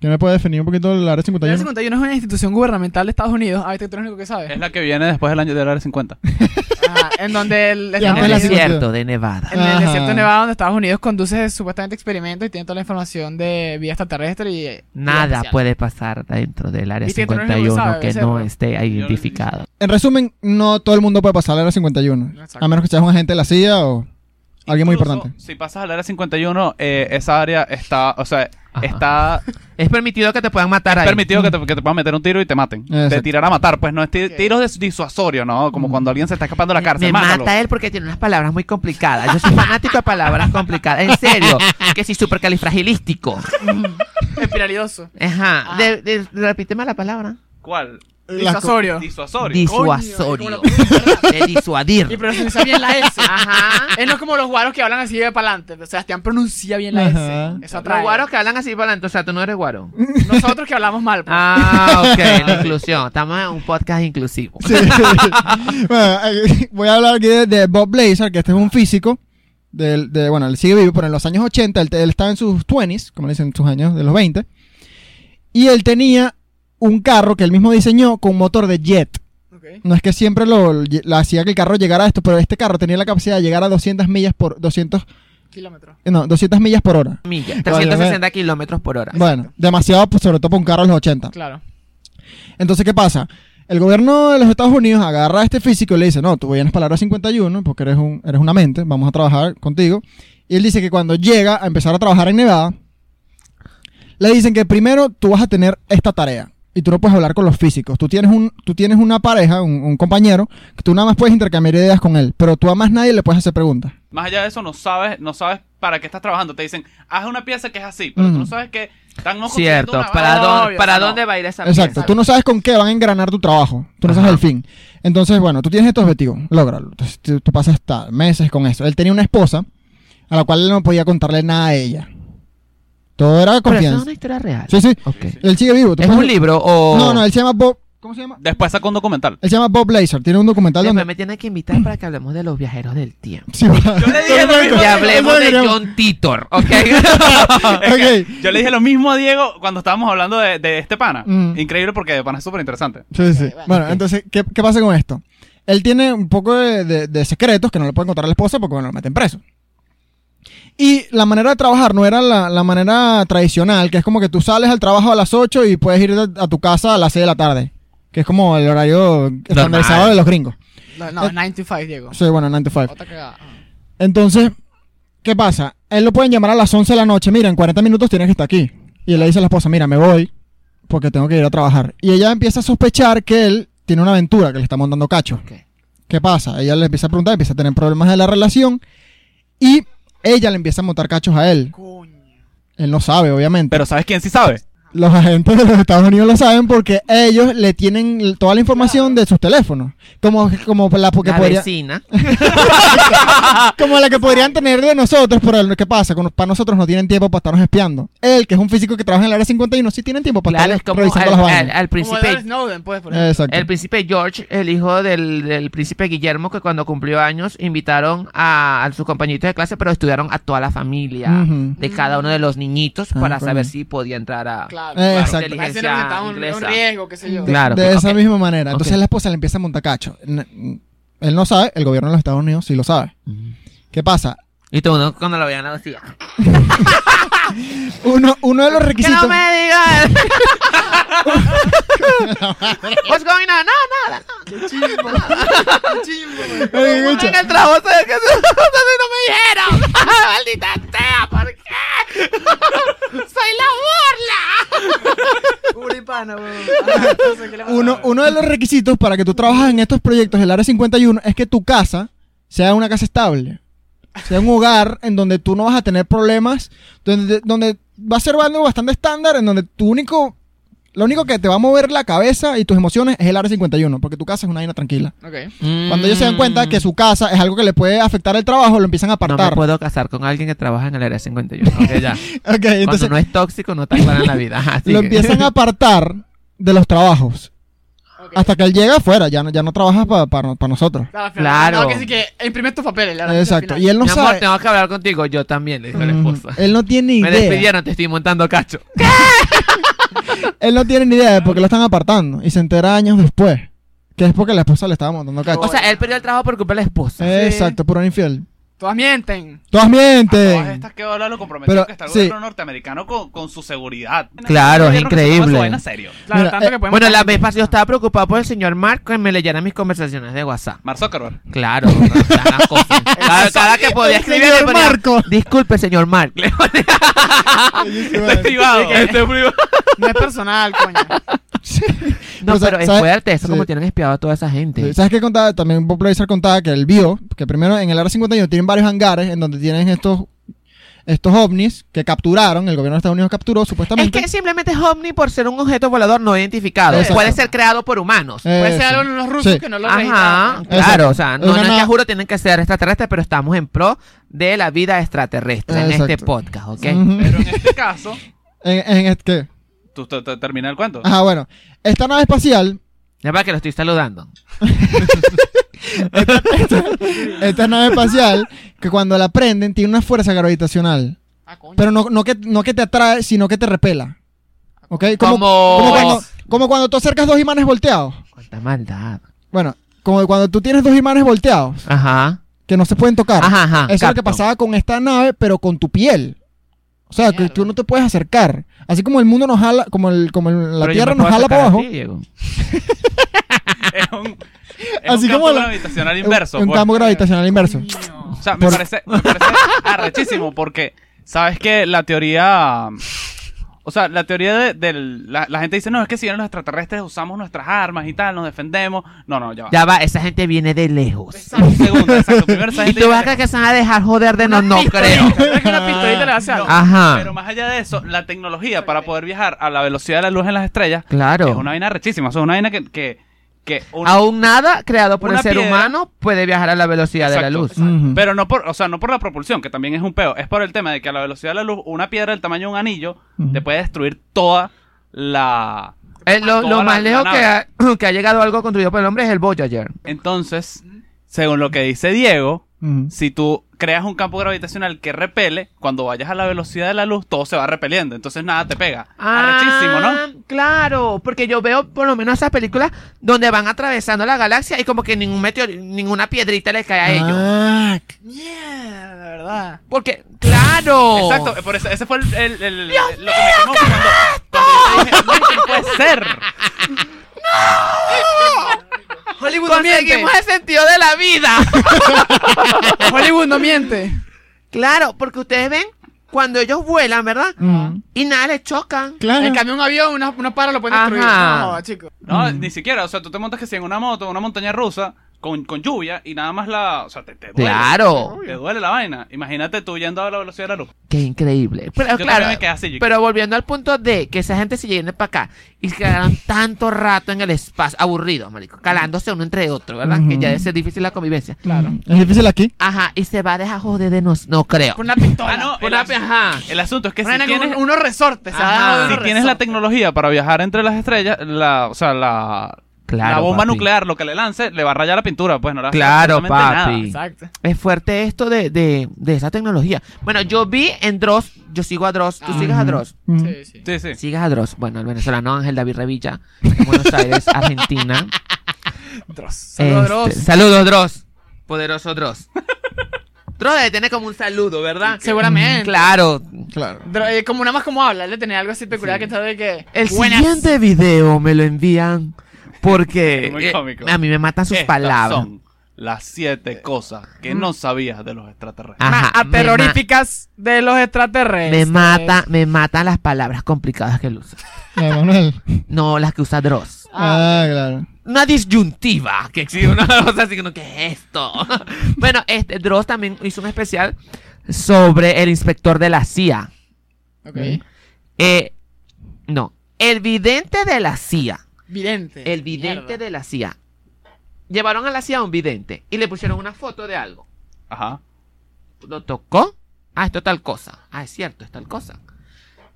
¿Quién me puede definir un poquito el área El 51? 51 es una institución gubernamental de Estados Unidos. Ah, este tú eres el único que Es sabe. la que viene después del año del área 50. Ajá. En donde el, Ya, En pues, el la desierto situación. de Nevada. en el Ajá. desierto nevado donde Estados Unidos conduce supuestamente experimentos y tiene toda la información de vida extraterrestre y... y Nada pues, espacial. puede pasar dentro del área Viste que tú no eres 51 sabe, que cerdo. no esté identificado. identificado. En resumen, no todo el mundo puede pasar al área 51. Exacto. A menos que seas un agente de la CIA o alguien muy Incluso, importante. Si pasas al área 51, eh, esa área está. O sea, Ajá. está Es permitido que te puedan matar ahí. permitido que te, que te puedan meter un tiro y te maten. Exacto. Te tirar a matar, pues no es ti- Ok. tiros dis- disuasorios, ¿no? Como cuando alguien se está escapando de la cárcel. Me mátalo. mata él porque tiene unas palabras muy complicadas. Yo soy fanático de palabras complicadas. En serio. Que si supercalifragilístico. Espiralidoso. Ajá. Ah. De- de- repíteme la palabra. ¿Cuál? Disosorio. Disuasorio. Disuasorio. Coño, es como la- De Y disuadir. pronuncia bien la S. Ajá. Es no es como los guaros que hablan así de para adelante. O Sebastián pronuncia bien la Ajá. S. Eso Los atrae. guaros que hablan así para adelante. O sea, tú no eres guaro. Nosotros que hablamos mal. pues. Ah, ok. La inclusión. Estamos en un podcast inclusivo. Sí. bueno, eh, voy a hablar aquí de, de Bob Blazer, que este es un físico. del- de, bueno, él sigue vivo, pero en los años 80, él, te- él estaba en sus 20s, como le dicen, sus años de los 20. Y él tenía un carro que él mismo diseñó con motor de jet. Ok. No es que siempre lo, lo hacía que el carro llegara a esto, pero este carro tenía la capacidad de llegar a 200 millas por 200, Kilómetro. no, 200 millas por hora. Milla. 360 kilómetros por hora. Bueno, demasiado, pues, sobre todo para un carro de los 80. Claro. Entonces, ¿qué pasa? El gobierno de los Estados Unidos agarra a este físico y le dice, no, tú vienes para la hora 51 porque eres, un, eres una mente, vamos a trabajar contigo. Y él dice que cuando llega a empezar a trabajar en Nevada, le dicen que primero tú vas a tener esta tarea y tú no puedes hablar con los físicos. Tú tienes, un, tú tienes una pareja, un, un compañero, que tú nada más puedes intercambiar ideas con él, pero tú a más nadie le puedes hacer preguntas. Más allá de eso, no sabes, no sabes para qué estás trabajando. Te dicen, haz una pieza que es así, pero tú Mm. no sabes que están no construyendo Cierto. una ¿Para, vaina. dónde- obvio, para no. dónde va a ir esa Exacto, pieza? tú no sabes con qué van a engranar tu trabajo, tú no sabes el fin. Entonces, bueno, tú tienes estos objetivos, lógralo. Entonces, tú, tú pasas ta- meses con eso. Él tenía una esposa a la cual él no podía contarle nada a ella. Todo Pero era eso es confianza. una historia real. Sí, sí. Ok. Él sigue vivo. tú ¿Es puedes- un libro o...? No, no, él se llama Bob ¿Cómo se llama? Después sacó un documental. Él se llama Bob Lazar. Tiene un documental Después donde. me tienen que invitar para que hablemos de los viajeros del tiempo. Sí, va. Yo le dije lo mismo. Y hablemos Eso de queríamos. John Titor, ¿ok? Es que Ok. Yo le dije lo mismo a Diego cuando estábamos hablando de, de este pana. Mm. Increíble porque de pana es súper interesante. Sí, sí. bueno. Bueno, entonces, ¿qué, qué pasa con esto? Él tiene un poco de, de- de secretos que no le pueden contar a la esposa porque, bueno, lo meten preso. Y la manera de trabajar no era la, la manera tradicional, que es como que tú sales al trabajo a las 8 y puedes ir a, a tu casa a las 6 de la tarde, que es como el horario estandarizado de los gringos. No, no, Eh, 9 to 5, Diego. Sí, bueno, 9 to 5. Otra cagada. Ah. Entonces, ¿qué pasa? Él lo pueden llamar a las 11 de la noche. Mira, en 40 minutos tienes que estar aquí. Y él le dice a la esposa, mira, me voy porque tengo que ir a trabajar. Y ella empieza a sospechar que él tiene una aventura, que le está montando cacho. Ok. ¿Qué pasa? Ella le empieza a preguntar, empieza a tener problemas de la relación y ella le empieza a montar cachos a él. Coño. Él no sabe, obviamente. Pero ¿sabes quién sí sabe? Los agentes de los Estados Unidos lo saben porque ellos le tienen l- toda la información de sus teléfonos. Como, como la porque La podría- vecina. Como la que podrían tener de nosotros, pero lo que pasa, Con- para nosotros no tienen tiempo para estarnos espiando. Él, que es un físico que trabaja en la área 51, sí tienen tiempo para Claro, es estar como revisando al, las al- vainas. al Como Edward príncipe. Snowden, pues, por ejemplo. Exacto. El príncipe George, el hijo del, del príncipe Guillermo, que cuando cumplió años invitaron a, a sus compañeritos de clase, pero estudiaron a toda la familia Ujú. de cada uno de los niñitos Ah, para coño. saber si podía entrar a... Claro. Eh, claro. exacto. Ahí se representaba un, Inglesa. un riesgo, qué sé yo. De- Claro, de pues, esa ok. misma manera. Entonces Ok. la esposa le empieza a montar cacho. N- n- Él no sabe, el gobierno de los Estados Unidos sí lo sabe. ¿Qué pasa? Y todo uno cuando lo veían así... Uno, uno de los ¡Que no requisitos. me digas! What's going on? No, nada. Chimbo, güey. No, Oye, no, escucha. en el trabajo, ¿sabes qué? no me dijeron. Maldita sea, ¿por qué? Soy la burla. Uripana, weón. Ah, entonces, ¿qué le pasa? Uno, uno de los requisitos para que tú trabajes en estos proyectos del Área 51 es que tu casa sea una casa estable. Sea un hogar en donde tú no vas a tener problemas, donde, donde va a ser algo bastante estándar, en donde tu único, lo único que te va a mover la cabeza y tus emociones es el Área 51, porque tu casa es una vaina tranquila. Ok. Mm. Cuando ellos se dan cuenta que su casa es algo que le puede afectar el trabajo, lo empiezan a No apartar. me puedo casar con alguien que trabaja en el área 51. Ok, ya. Ok, Cuando entonces no es tóxico, no te para en la vida. Ajá, lo sigue. empiezan a apartar de los trabajos. ok. Hasta que él llega afuera, ya no, ya no trabajas para nosotros. Claro. al final, Claro. No, que sí que imprimes tus papeles. la verdad, Exacto. al Y final. él no Mi amor, sabe. tengo que hablar contigo. Yo también, le dijo la Mm, esposa. Él no tiene ni Me idea. despidieron, te estoy montando cacho. Él no tiene ni idea de por qué lo están apartando. Y se entera años después. Que es porque la esposa le estaba montando cacho. O sea, él perdió el trabajo por culpa de la esposa. Eh, Exacto, puro infiel. Todas mienten. Todas Todas mienten. estas que habla lo comprometido Este, Pero, que está el sí. gobierno norteamericano con, con su seguridad. Claro, es El gobierno que se toma increíble. su vaina en serio. Claro, Mira, tanto eh, que podemos. Bueno, la vez pasada yo estaba preocupado por el señor Mark que me leyera mis conversaciones de WhatsApp. Mark Zuckerberg. Claro, no, ya las cosas. cada, cada que podía El escribir señor le ponía, Marco. Disculpe, señor Mark. Le ponía- Ah, Este es privado. Este es privado. No es personal, coño. No, Pero, pero es ¿sabes? fuerte eso, Sí. como tienen espiado a toda esa gente. ¿Sabes qué contaba? También Bob Lazar contaba que él vio que primero en el área 51 tienen varios hangares en donde tienen estos estos ovnis que capturaron, el gobierno de Estados Unidos capturó Es supuestamente. que simplemente es ovni por ser un objeto volador no identificado. Exacto. Puede ser creado por humanos. Puede Eso. ser algo en los rusos Sí. que no lo Ajá, registraron. claro, o sea, no, Es no es una- que juro tienen que ser extraterrestres, pero estamos en pro de la vida extraterrestre en este Exacto. podcast, ¿ok? Ujú. Pero en este caso, En, en este, ¿qué? tú, tú- tú- termina el cuento. Ajá, bueno. Esta nave espacial Ya para que lo estoy saludando. Esta nave espacial, que cuando la prenden, tiene una fuerza gravitacional. Ah, coño. Pero no, no, que, no que te atrae, sino que te repela. ¿Ok? Como- como cuando, como cuando tú acercas dos imanes volteados. Cuánta maldad. Bueno, como cuando tú tienes dos imanes volteados, Ajá. que no se pueden tocar. Ajá, ajá. Eso es lo que capto. pasaba con esta nave, pero con tu piel. O sea, que Mierda. tú no te puedes acercar. Así como el mundo nos jala, como, el, como el- la Pero yo Tierra me nos puedo jala acercar para a abajo, ti, Diego. Es un, es Así un como campo la- gravitacional un- inverso. un pues. campo gravitacional inverso. O sea, me Por- parece, me parece arrechísimo porque, ¿sabes que La teoría... O sea, la teoría de, del- la, la gente dice, no, es que si vienen los extraterrestres usamos nuestras armas y tal, nos defendemos. No, no, ya va. Ya va, esa gente viene de lejos. Exacto, segundo, exacto. Primero esa Y gente tú vas a viene- creer que se van a dejar joder de no, no creo. ¿Sabes que una pistolita le hace No, algo? Ajá. Pero más allá de eso, la tecnología para poder viajar a la velocidad de la luz en las estrellas es Claro. Ah. una vaina rechísima. O sea, una vaina que... que, que un- Aún nada creado por Una el ser piedra. humano puede viajar a la velocidad de la Exacto, luz. Ujú. Pero no por, o sea, no por la propulsión, que también es un peo, es por el tema de que a la velocidad de la luz, una piedra del tamaño de un anillo Ujú. te puede destruir toda la, Eh, lo Toda lo la- más la lejos nave. que ha, que ha llegado algo construido por el hombre es el Voyager. Entonces, según lo que dice Diego, Ujú. si tú creas un campo gravitacional que repele, cuando vayas a la velocidad de la luz, todo se va repeliendo. Entonces nada te pega. Ah, Arrechísimo, Ah, ¿no? Claro, porque yo veo por lo menos esas películas donde van atravesando la galaxia y como que ningún meteor, ninguna piedrita les cae a ellos. Ah, Mierda, la verdad. Porque, claro. Exacto, eh, por eso, ese fue el, el- el- lo que me quemó cuando, cuando yo te dije, "No, eso no puede ser. Hollywood no miente. Conseguimos el sentido de la vida. Hollywood no miente. claro, porque ustedes ven cuando ellos vuelan, ¿verdad? mm, Y nada les chocan. Claro. En cambio, un avión, unos, unos paros lo pueden Ajá. destruir. No, joda, chico. No, Mm. ni siquiera, o sea, tú te montas que si en una moto, una montaña rusa, con, con lluvia, y nada más la, o sea, te, te duele. Claro. Te duele la vaina. Imagínate tú yendo a la velocidad de la luz. Qué increíble. Pero Yo claro, también me quedé así, yo- pero volviendo al punto de que esa gente se viene para acá y se quedaron tanto rato en el espacio, aburridos, marico, calándose uno entre otro, ¿verdad? Que ya Ujú. debe ser difícil la convivencia. Claro. Es difícil aquí. Ajá, y se va a dejar joder de nos, no creo. Con una pistola. Ah, no, Por el, la- asu- ajá. el asunto es que si Una vaina con tienes, un- unos resortes. se va a Ajá. dar Si unos si tienes la resortes. tecnología para viajar entre las estrellas, la, o sea, la, Claro, la bomba papi. nuclear, lo que le lance, le va a rayar la pintura. Pues no le va a hacer Claro, absolutamente nada. papi. Exacto. Es fuerte esto de, de, de esa tecnología. Bueno, yo vi en Dross, yo sigo a Dross, tú Ah. sigues a Dross. Mm. Sí, sí. Sí, sí. Sigas a Dross. Bueno, el venezolano Ángel David Revilla, de Buenos Aires, Argentina. Dross. Saludos, Este, Dross. Saludos, Dross. Poderoso Dross. Dross debe tener como un saludo, ¿verdad? Seguramente. Claro. Claro. Dro- eh, como nada más como habla, él de tener algo así peculiar que está de que. El Buenas. siguiente video me lo envían porque Muy eh, cómico. a mí me matan sus Estas palabras. Ah. Son las siete cosas que no sabías de los extraterrestres. Ajá, Más este. me aterroríficas de los Me extraterrestres. mata, me matan las palabras complicadas que él usa. Ah, Manuel. No las que usa Dross. Ah, claro. Una disyuntiva que exige una cosa así como, ¿qué es esto? bueno, este Dross también hizo un especial sobre el inspector de la CIA. Ok. Eh, no, el vidente de la CIA. Vidente. El vidente Mierda. de la CIA. Llevaron a la CIA a un vidente y le pusieron una foto de algo. Ajá. Lo tocó. Ah, esto es tal cosa. Ah, es cierto, es tal cosa.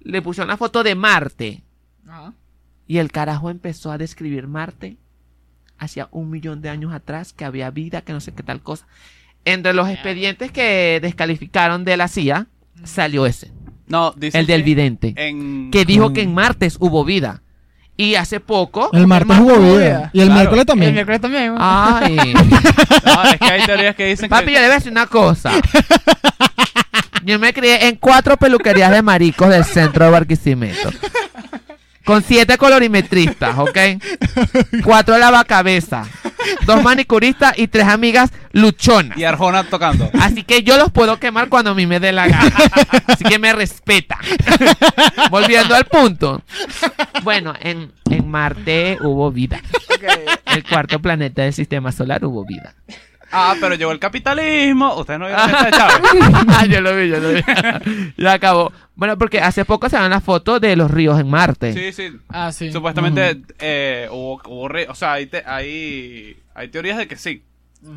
Le pusieron una foto de Marte Ajá. y el carajo empezó a describir Marte hacia un millón de años atrás, que había vida, que no sé qué tal cosa. Entre los expedientes que descalificaron de la CIA salió ese, No, dice. el del que vidente. En... que dijo que Mm. en martes hubo vida. Y hace poco. El martes martes hubo hubo vida. vida. Y el Claro. miércoles El también. miércoles también. ¿no? Ah. Ay. No, es que hay teorías que dicen Papi, yo que. le voy a decir una cosa. Yo me crié en cuatro peluquerías de maricos del centro de Barquisimeto. Con siete colorimetristas, ¿ok? Cuatro lavacabezas, dos manicuristas y tres amigas luchonas. Y Arjona tocando. Así que yo los puedo quemar cuando a mí me dé la gana. Así que me respeta. Volviendo al punto. Bueno, en, en Marte hubo vida. Ok. El cuarto planeta del sistema solar hubo vida. Ah, pero llegó el capitalismo. Ustedes no vieron esta chava. yo lo vi, yo lo vi. ya acabó. Bueno, porque hace poco se dan las fotos de los ríos en Marte. Sí, sí. Ah, sí. Supuestamente eh, hubo, hubo re- O sea, hay, te- hay, hay teorías de que sí.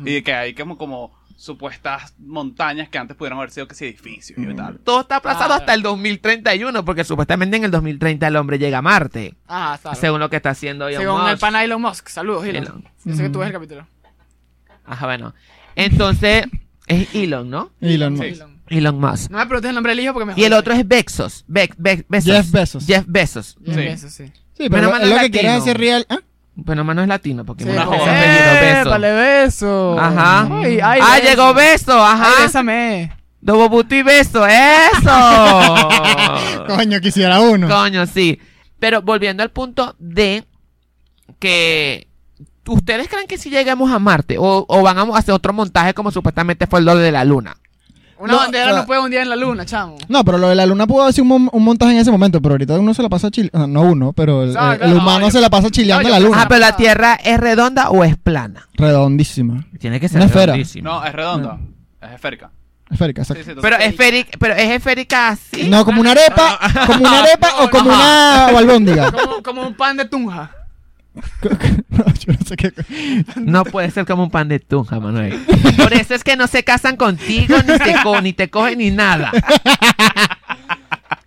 Y de que hay como, como supuestas montañas que antes pudieron haber sido que sí edificios y tal. Todo está aplazado Ah. hasta el 2031, porque supuestamente en el 2030 el hombre llega a Marte, Ah, claro. Según, según lo que está haciendo Elon el Musk. pana Elon Musk. Saludos, Elon. Elon. Yo sé que tú Ujú. ves el Mm. capítulo. Ajá, bueno. Entonces, es Elon, ¿no? Elon Sí. Musk. Elon. Elon Musk. No me preguntes el nombre del hijo porque me Y el jodiste. otro es Bezos. Be- Be- Bezos. Jeff Bezos. Jeff Bezos. Bien, Sí. Eso, sí. Sí, Menos pero mal es es lo que latino. quieres hacer real. ¿Ah? Bueno, más no es latino, porque Sí, Eh, me no. parece porque- apellido Bezos. Épale, beso. Ajá. Ay, ay, ah, beso. llegó Beso, Ay, ajá. bésame. Dobo Buto y Beso, eso. Coño, quisiera uno. Coño, sí. Pero volviendo al punto de que ustedes creen que si llegamos a Marte o, o van a hacer otro montaje como supuestamente fue el lo de la luna. Una No, bandera o sea- no puede un día en la luna, chamo. No, pero lo de la luna pudo haber sido un, mon- un montaje en ese momento, pero ahorita uno se la pasa chile. ah, No uno, pero el, Ah, el- claro, el humano no, yo- se la pasa chileando no, la yo- luna. Ah, pero la Tierra es redonda o es plana. Redondísima. Tiene que ser Una esfera. redondísima. No, es redonda. Es esférica. Esférica, Sí, exacto. sí, Pero entonces- esférica, pero es esférica así. No, como una arepa, como una arepa Ah. No, o como no. una albóndiga. Como, como un pan de tunja. No, yo no sé qué. No puede ser como un pan de tunja, Manuel. Por eso es que no se casan contigo, ni te, co- ni te cogen, ni nada.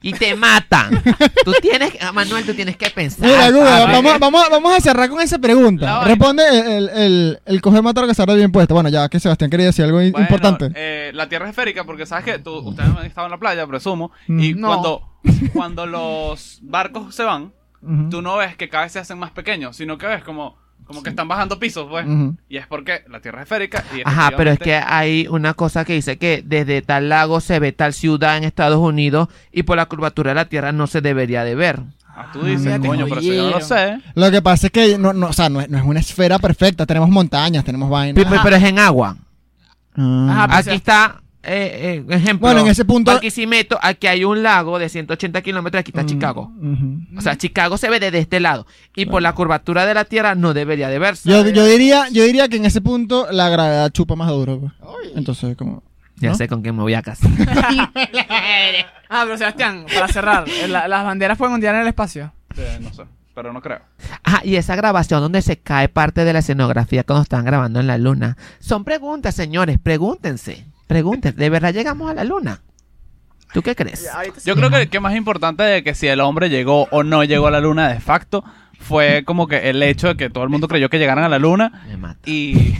y te matan. tú tienes, que- Manuel, tú tienes que pensar. Ah, Mira, Google, ¿sabes? vamos, vamos, vamos a cerrar con esa eh, La pregunta. vaina. Responde el, el, el, el coger matar o casar de bien puesto. Bueno, ya que Sebastián quería decir algo i- Bueno, importante. eh, la tierra es esférica porque sabes que tú, ustedes han estado en la playa, presumo, Mm. y No. cuando, cuando los barcos se van, Ujú. tú no ves que cada vez se hacen más pequeños, sino que ves como, como que están bajando pisos, pues. Ujú. Y es porque la tierra es esférica y Mm. Ajá, pero es efectivamente- que hay una cosa que dice que desde tal lago se ve tal ciudad en Estados Unidos y por la curvatura de la Tierra no se debería de ver. Ah, tú dices, Ah, te coño, pero eso yo no lo sé. Lo que pasa es que no, no, o sea, no, es, no es una esfera perfecta. Tenemos montañas, tenemos Pi- vainas. pi- Pero es en agua. Ah. Ajá, pues, Aquí está, eh, eh, ejemplo. Bueno, en ese punto- Mm. Barquisimeto, aquí hay un lago de 180 kilómetros, aquí está Chicago. Ujú. O sea, Chicago se ve desde este lado. Y por la curvatura de la Tierra no debería de verse. Yo, yo eh, diría, yo diría que en ese punto la gravedad chupa más duro. pues. Uy. Entonces, como. Ya ¿no? sé con quién me voy a casar. Ah, pero Sebastián, para cerrar, la- las banderas pueden ondear en el espacio. Eh, no sé, pero no creo. Ah, y esa grabación donde se cae parte de la escenografía cuando están grabando en la luna. Son preguntas, señores, pregúntense. Pregúntense, ¿de verdad llegamos a la luna? ¿Tú qué crees? Yo creo que, que más importante de que si el hombre llegó o no llegó a la luna de facto fue como que el hecho de que todo el mundo creyó que llegaran a la luna Me mata. y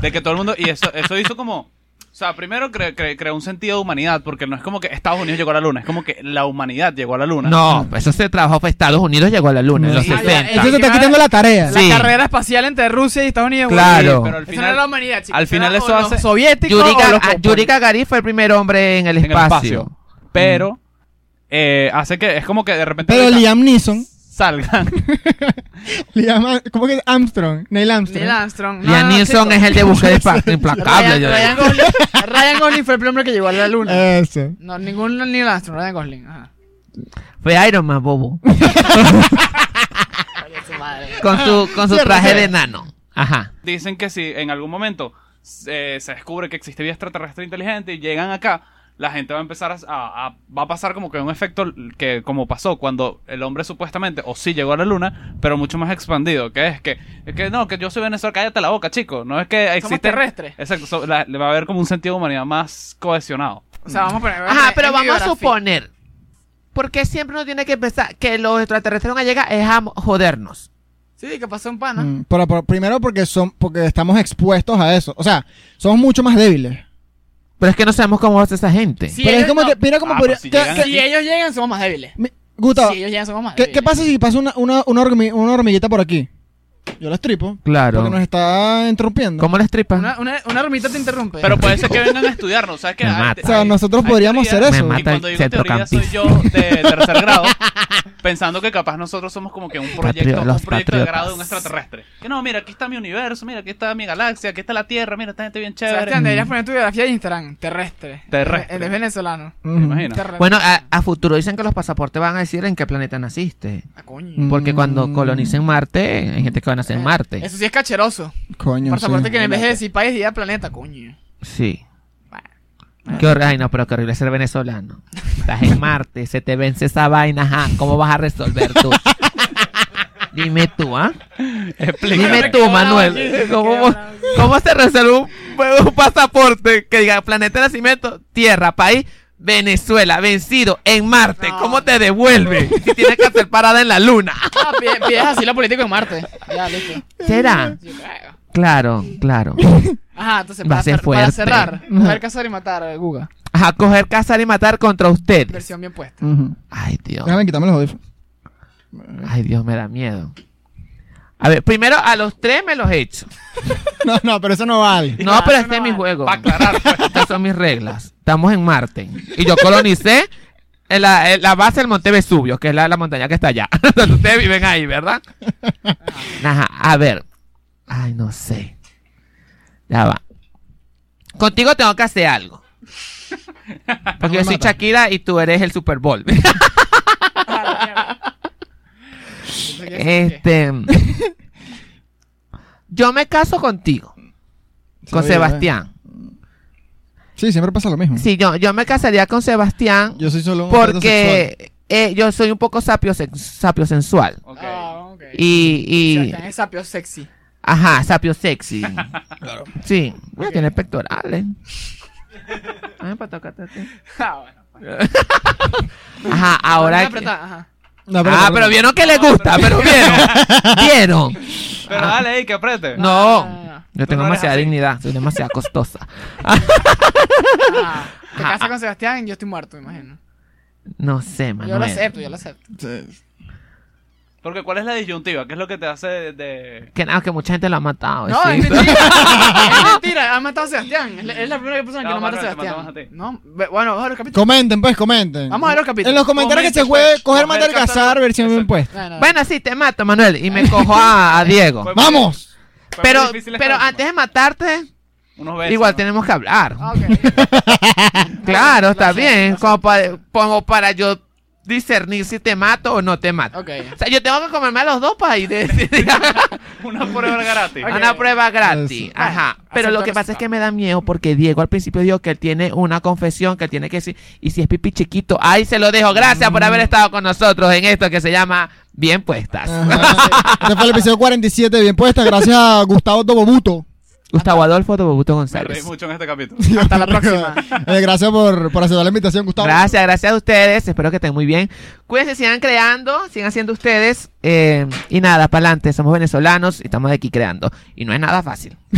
de que todo el mundo y eso eso hizo como o sea, primero cre- cre- creó un sentido de humanidad, porque no es como que Estados Unidos llegó a la luna, es como que la humanidad llegó a la luna. No, eso se trabajó fue Estados Unidos llegó a la luna en los Sí. Ah, Entonces 60. te está quitando la tarea. La Sí. carrera espacial entre Rusia y Estados Unidos. Claro. Sí, pero al Eso no era la final, humanidad, chicos. al final Era o eso los hace- soviéticos Yuri, o Ga- los ah, Yuri componen- Gagarin fue el primer hombre en el en el espacio. espacio. Pero eh, hace que es como que de repente Pero ahorita Liam Neeson, salgan. Liam, ¿cómo que es? Armstrong? Neil Armstrong. Neil Armstrong. No, Ah, Liam no, Neeson chico. es el de búsqueda impa- implacable. Ryan, yo Ryan digo. Gosling, Ryan Gosling fue el primer hombre que llegó a la luna. Eso. No, ningún Neil Armstrong, Ryan Gosling. Ajá. Fue Iron Man, bobo. Con su, con su Cierra, traje cierra. de nano. Ajá. Dicen que si en algún momento eh, se descubre que existe vida extraterrestre inteligente y llegan acá, la gente va a empezar a, a- a- va a pasar como que un efecto que como pasó cuando el hombre supuestamente o sí llegó a la luna, pero mucho más expandido, que es que es que no, que yo soy venezolano, cállate la boca, chico, no es que Somos existe terrestres. Exacto, so- la- le va a haber como un sentido de humanidad más cohesionado. O sea, vamos a poner. Ajá, pero en vamos a biografía. suponer. Porque siempre uno tiene que pensar que los extraterrestres van a llegar es a jodernos. Sí, que pasó un pana. Mm, pero, pero primero porque son porque estamos expuestos a eso. O sea, somos mucho más débiles. Pero es que no sabemos cómo hace esa gente. Sí, pero es ellos como no- que, mira cómo Ah, podría. pues si que- llegan que- Si ellos llegan, somos más débiles. mi- Gustavo, Si ellos llegan, somos más ¿qué, débiles. qué pasa si pasa una, una, una, hormi- una hormiguita por aquí? Yo la estripo. Claro. Porque nos está interrumpiendo. ¿Cómo les tripan? Una, una, una hormita te interrumpe. Pero puede ser que vengan a estudiarnos, ¿sabes qué? Ah, Me Hay- mata. O sea, hay- nosotros hay podríamos teorías- hacer Me eso. mata Y cuando el digo teoría, soy centrocampista. yo de tercer grado, pensando que capaz nosotros somos como que un proyecto, Patrio- los un proyecto de patriotas. grado de un extraterrestre. Que no, mira, aquí está mi universo, mira, aquí está mi galaxia, aquí está la Tierra, mira, esta gente bien chévere. Sebastián, deberías poner tu biografía de Instagram. Terrestre. Terrestre. Eres venezolano. Ujú. ¿Te imaginas? Terrestre. Bueno, a, a futuro dicen que los pasaportes van a decir en qué planeta naciste. Ah, coño. Porque cuando Mm. colonicen Marte, hay gente que va a nacer en Mm. Marte. Eso sí es cacheroso. Coño. Por supuesto sí. que en vez de decir país, diga planeta, coño. Sí. Qué horrible, ay no, pero qué horrible ser venezolano. Estás en Marte, se te vence esa vaina, ajá. ¿Cómo vas a resolver tú? Dime tú, ¿ah? Explícame. Dime tú, Manuel. ¿Cómo, cómo se resuelve un, un pasaporte que diga planeta de nacimiento, tierra, país, Venezuela, vencido en Marte? No. ¿Cómo te devuelve si tienes que hacer parada en la luna? Ah, pides, pides asilo político en Marte. Ya, listo. ¿Será? Yo creo. Claro, claro. Ajá, entonces Va a para, ser cer- para fuerte. cerrar, coger, cazar y matar eh, Guga. A coger, cazar y matar contra usted. Versión bien puesta. Ujú. Ay, Dios. Déjame quitarme los audífonos. Ay, Dios, me da miedo. A ver, primero a los tres me los he hecho. No, no, pero eso no vale. No, Ah, pero eso este es no mi vale. juego. Para aclarar, pues. Estas son mis reglas. Estamos en Marte. Y yo colonicé en la, en la base del Monte Vesubio, que es la, la montaña que está allá. Entonces, ustedes viven ahí, ¿verdad? Ajá, a ver. Ay, no sé. Ya va. Contigo tengo que hacer algo. Porque yo soy Shakira y tú eres el Super Bowl. Este. Yo me caso contigo. Con Sabía, Sebastián. Sí, siempre pasa lo mismo. Sí, yo, yo me casaría con Sebastián Yo soy solo un objeto porque eh, yo soy un poco sapio, sensual. Ok. Ah, ok. Y, y Sebastián es sapio sexy. ajá, sapio sexy. Sí, mira, tiene pectorales. Ay, pa' tocarte a ti. Ah, bueno. Ajá, Ah, Voy a ahora. apretar, ajá. No, Ah, pero vieron que le gusta, pero vieron. Vieron. Pero dale ahí, que apriete. Ah. No. Yo Tú tengo Ah. no eres demasiada así. dignidad, soy demasiado costosa. Ah, te casas con Sebastián y yo estoy muerto, me imagino. No sé, Yo lo Manuel. acepto, yo lo acepto. Porque ¿cuál es la disyuntiva? ¿Qué es lo que te hace de...? de- Que nada, que mucha gente lo ha matado. No, sí. es mentira. es mentira. Ha matado a Sebastián. Es la, es la primera persona que No, lo mata a Manuel, te Sebastián. matamos a ti. No, ve- bueno, vamos a ver los capítulos. Comenten, pues, comenten. Vamos a ver los capítulos. En los comentarios que se Comenten, juegue, pues. coger, Coger, matar, cazar, cazar, versión bien exacto. No, puesta. no, no. Bueno, sí, te mato, Manuel. Y me cojo a, a Diego. Fue muy- ¡Vamos! fue muy Pero, difícil esta pero última. antes de matarte, Unos besos, igual ¿no? tenemos que hablar. Ah, ok. Claro, Lo está sé, bien. lo Como para, como para yo discernir si te mato o no te mato. Ok. O sea, yo tengo que comerme a los dos para ir Una prueba gratis. Ok. una prueba gratis. Eso. Ajá. Bueno, Pero lo acepto que pasa es resultado. que me da miedo porque Diego al principio dijo que él tiene una confesión que él tiene que decir. Y si es pipi chiquito, ahí se lo dejo. Gracias por Mm. haber estado con nosotros en esto que se llama Bien Puestas. Ajá. Este fue el episodio 47 de bien puesta, gracias a Gustavo Tobobuto. Gustavo Adolfo de Bobuto Me reí González. mucho en este capítulo. Hasta la próxima. Eh, gracias por, por aceptar la invitación, Gustavo. Gracias, gracias a ustedes. Espero que estén muy bien. Cuídense, sigan creando, sigan siendo ustedes. eh, y nada, para adelante. Somos venezolanos y estamos aquí creando. Y no es nada fácil.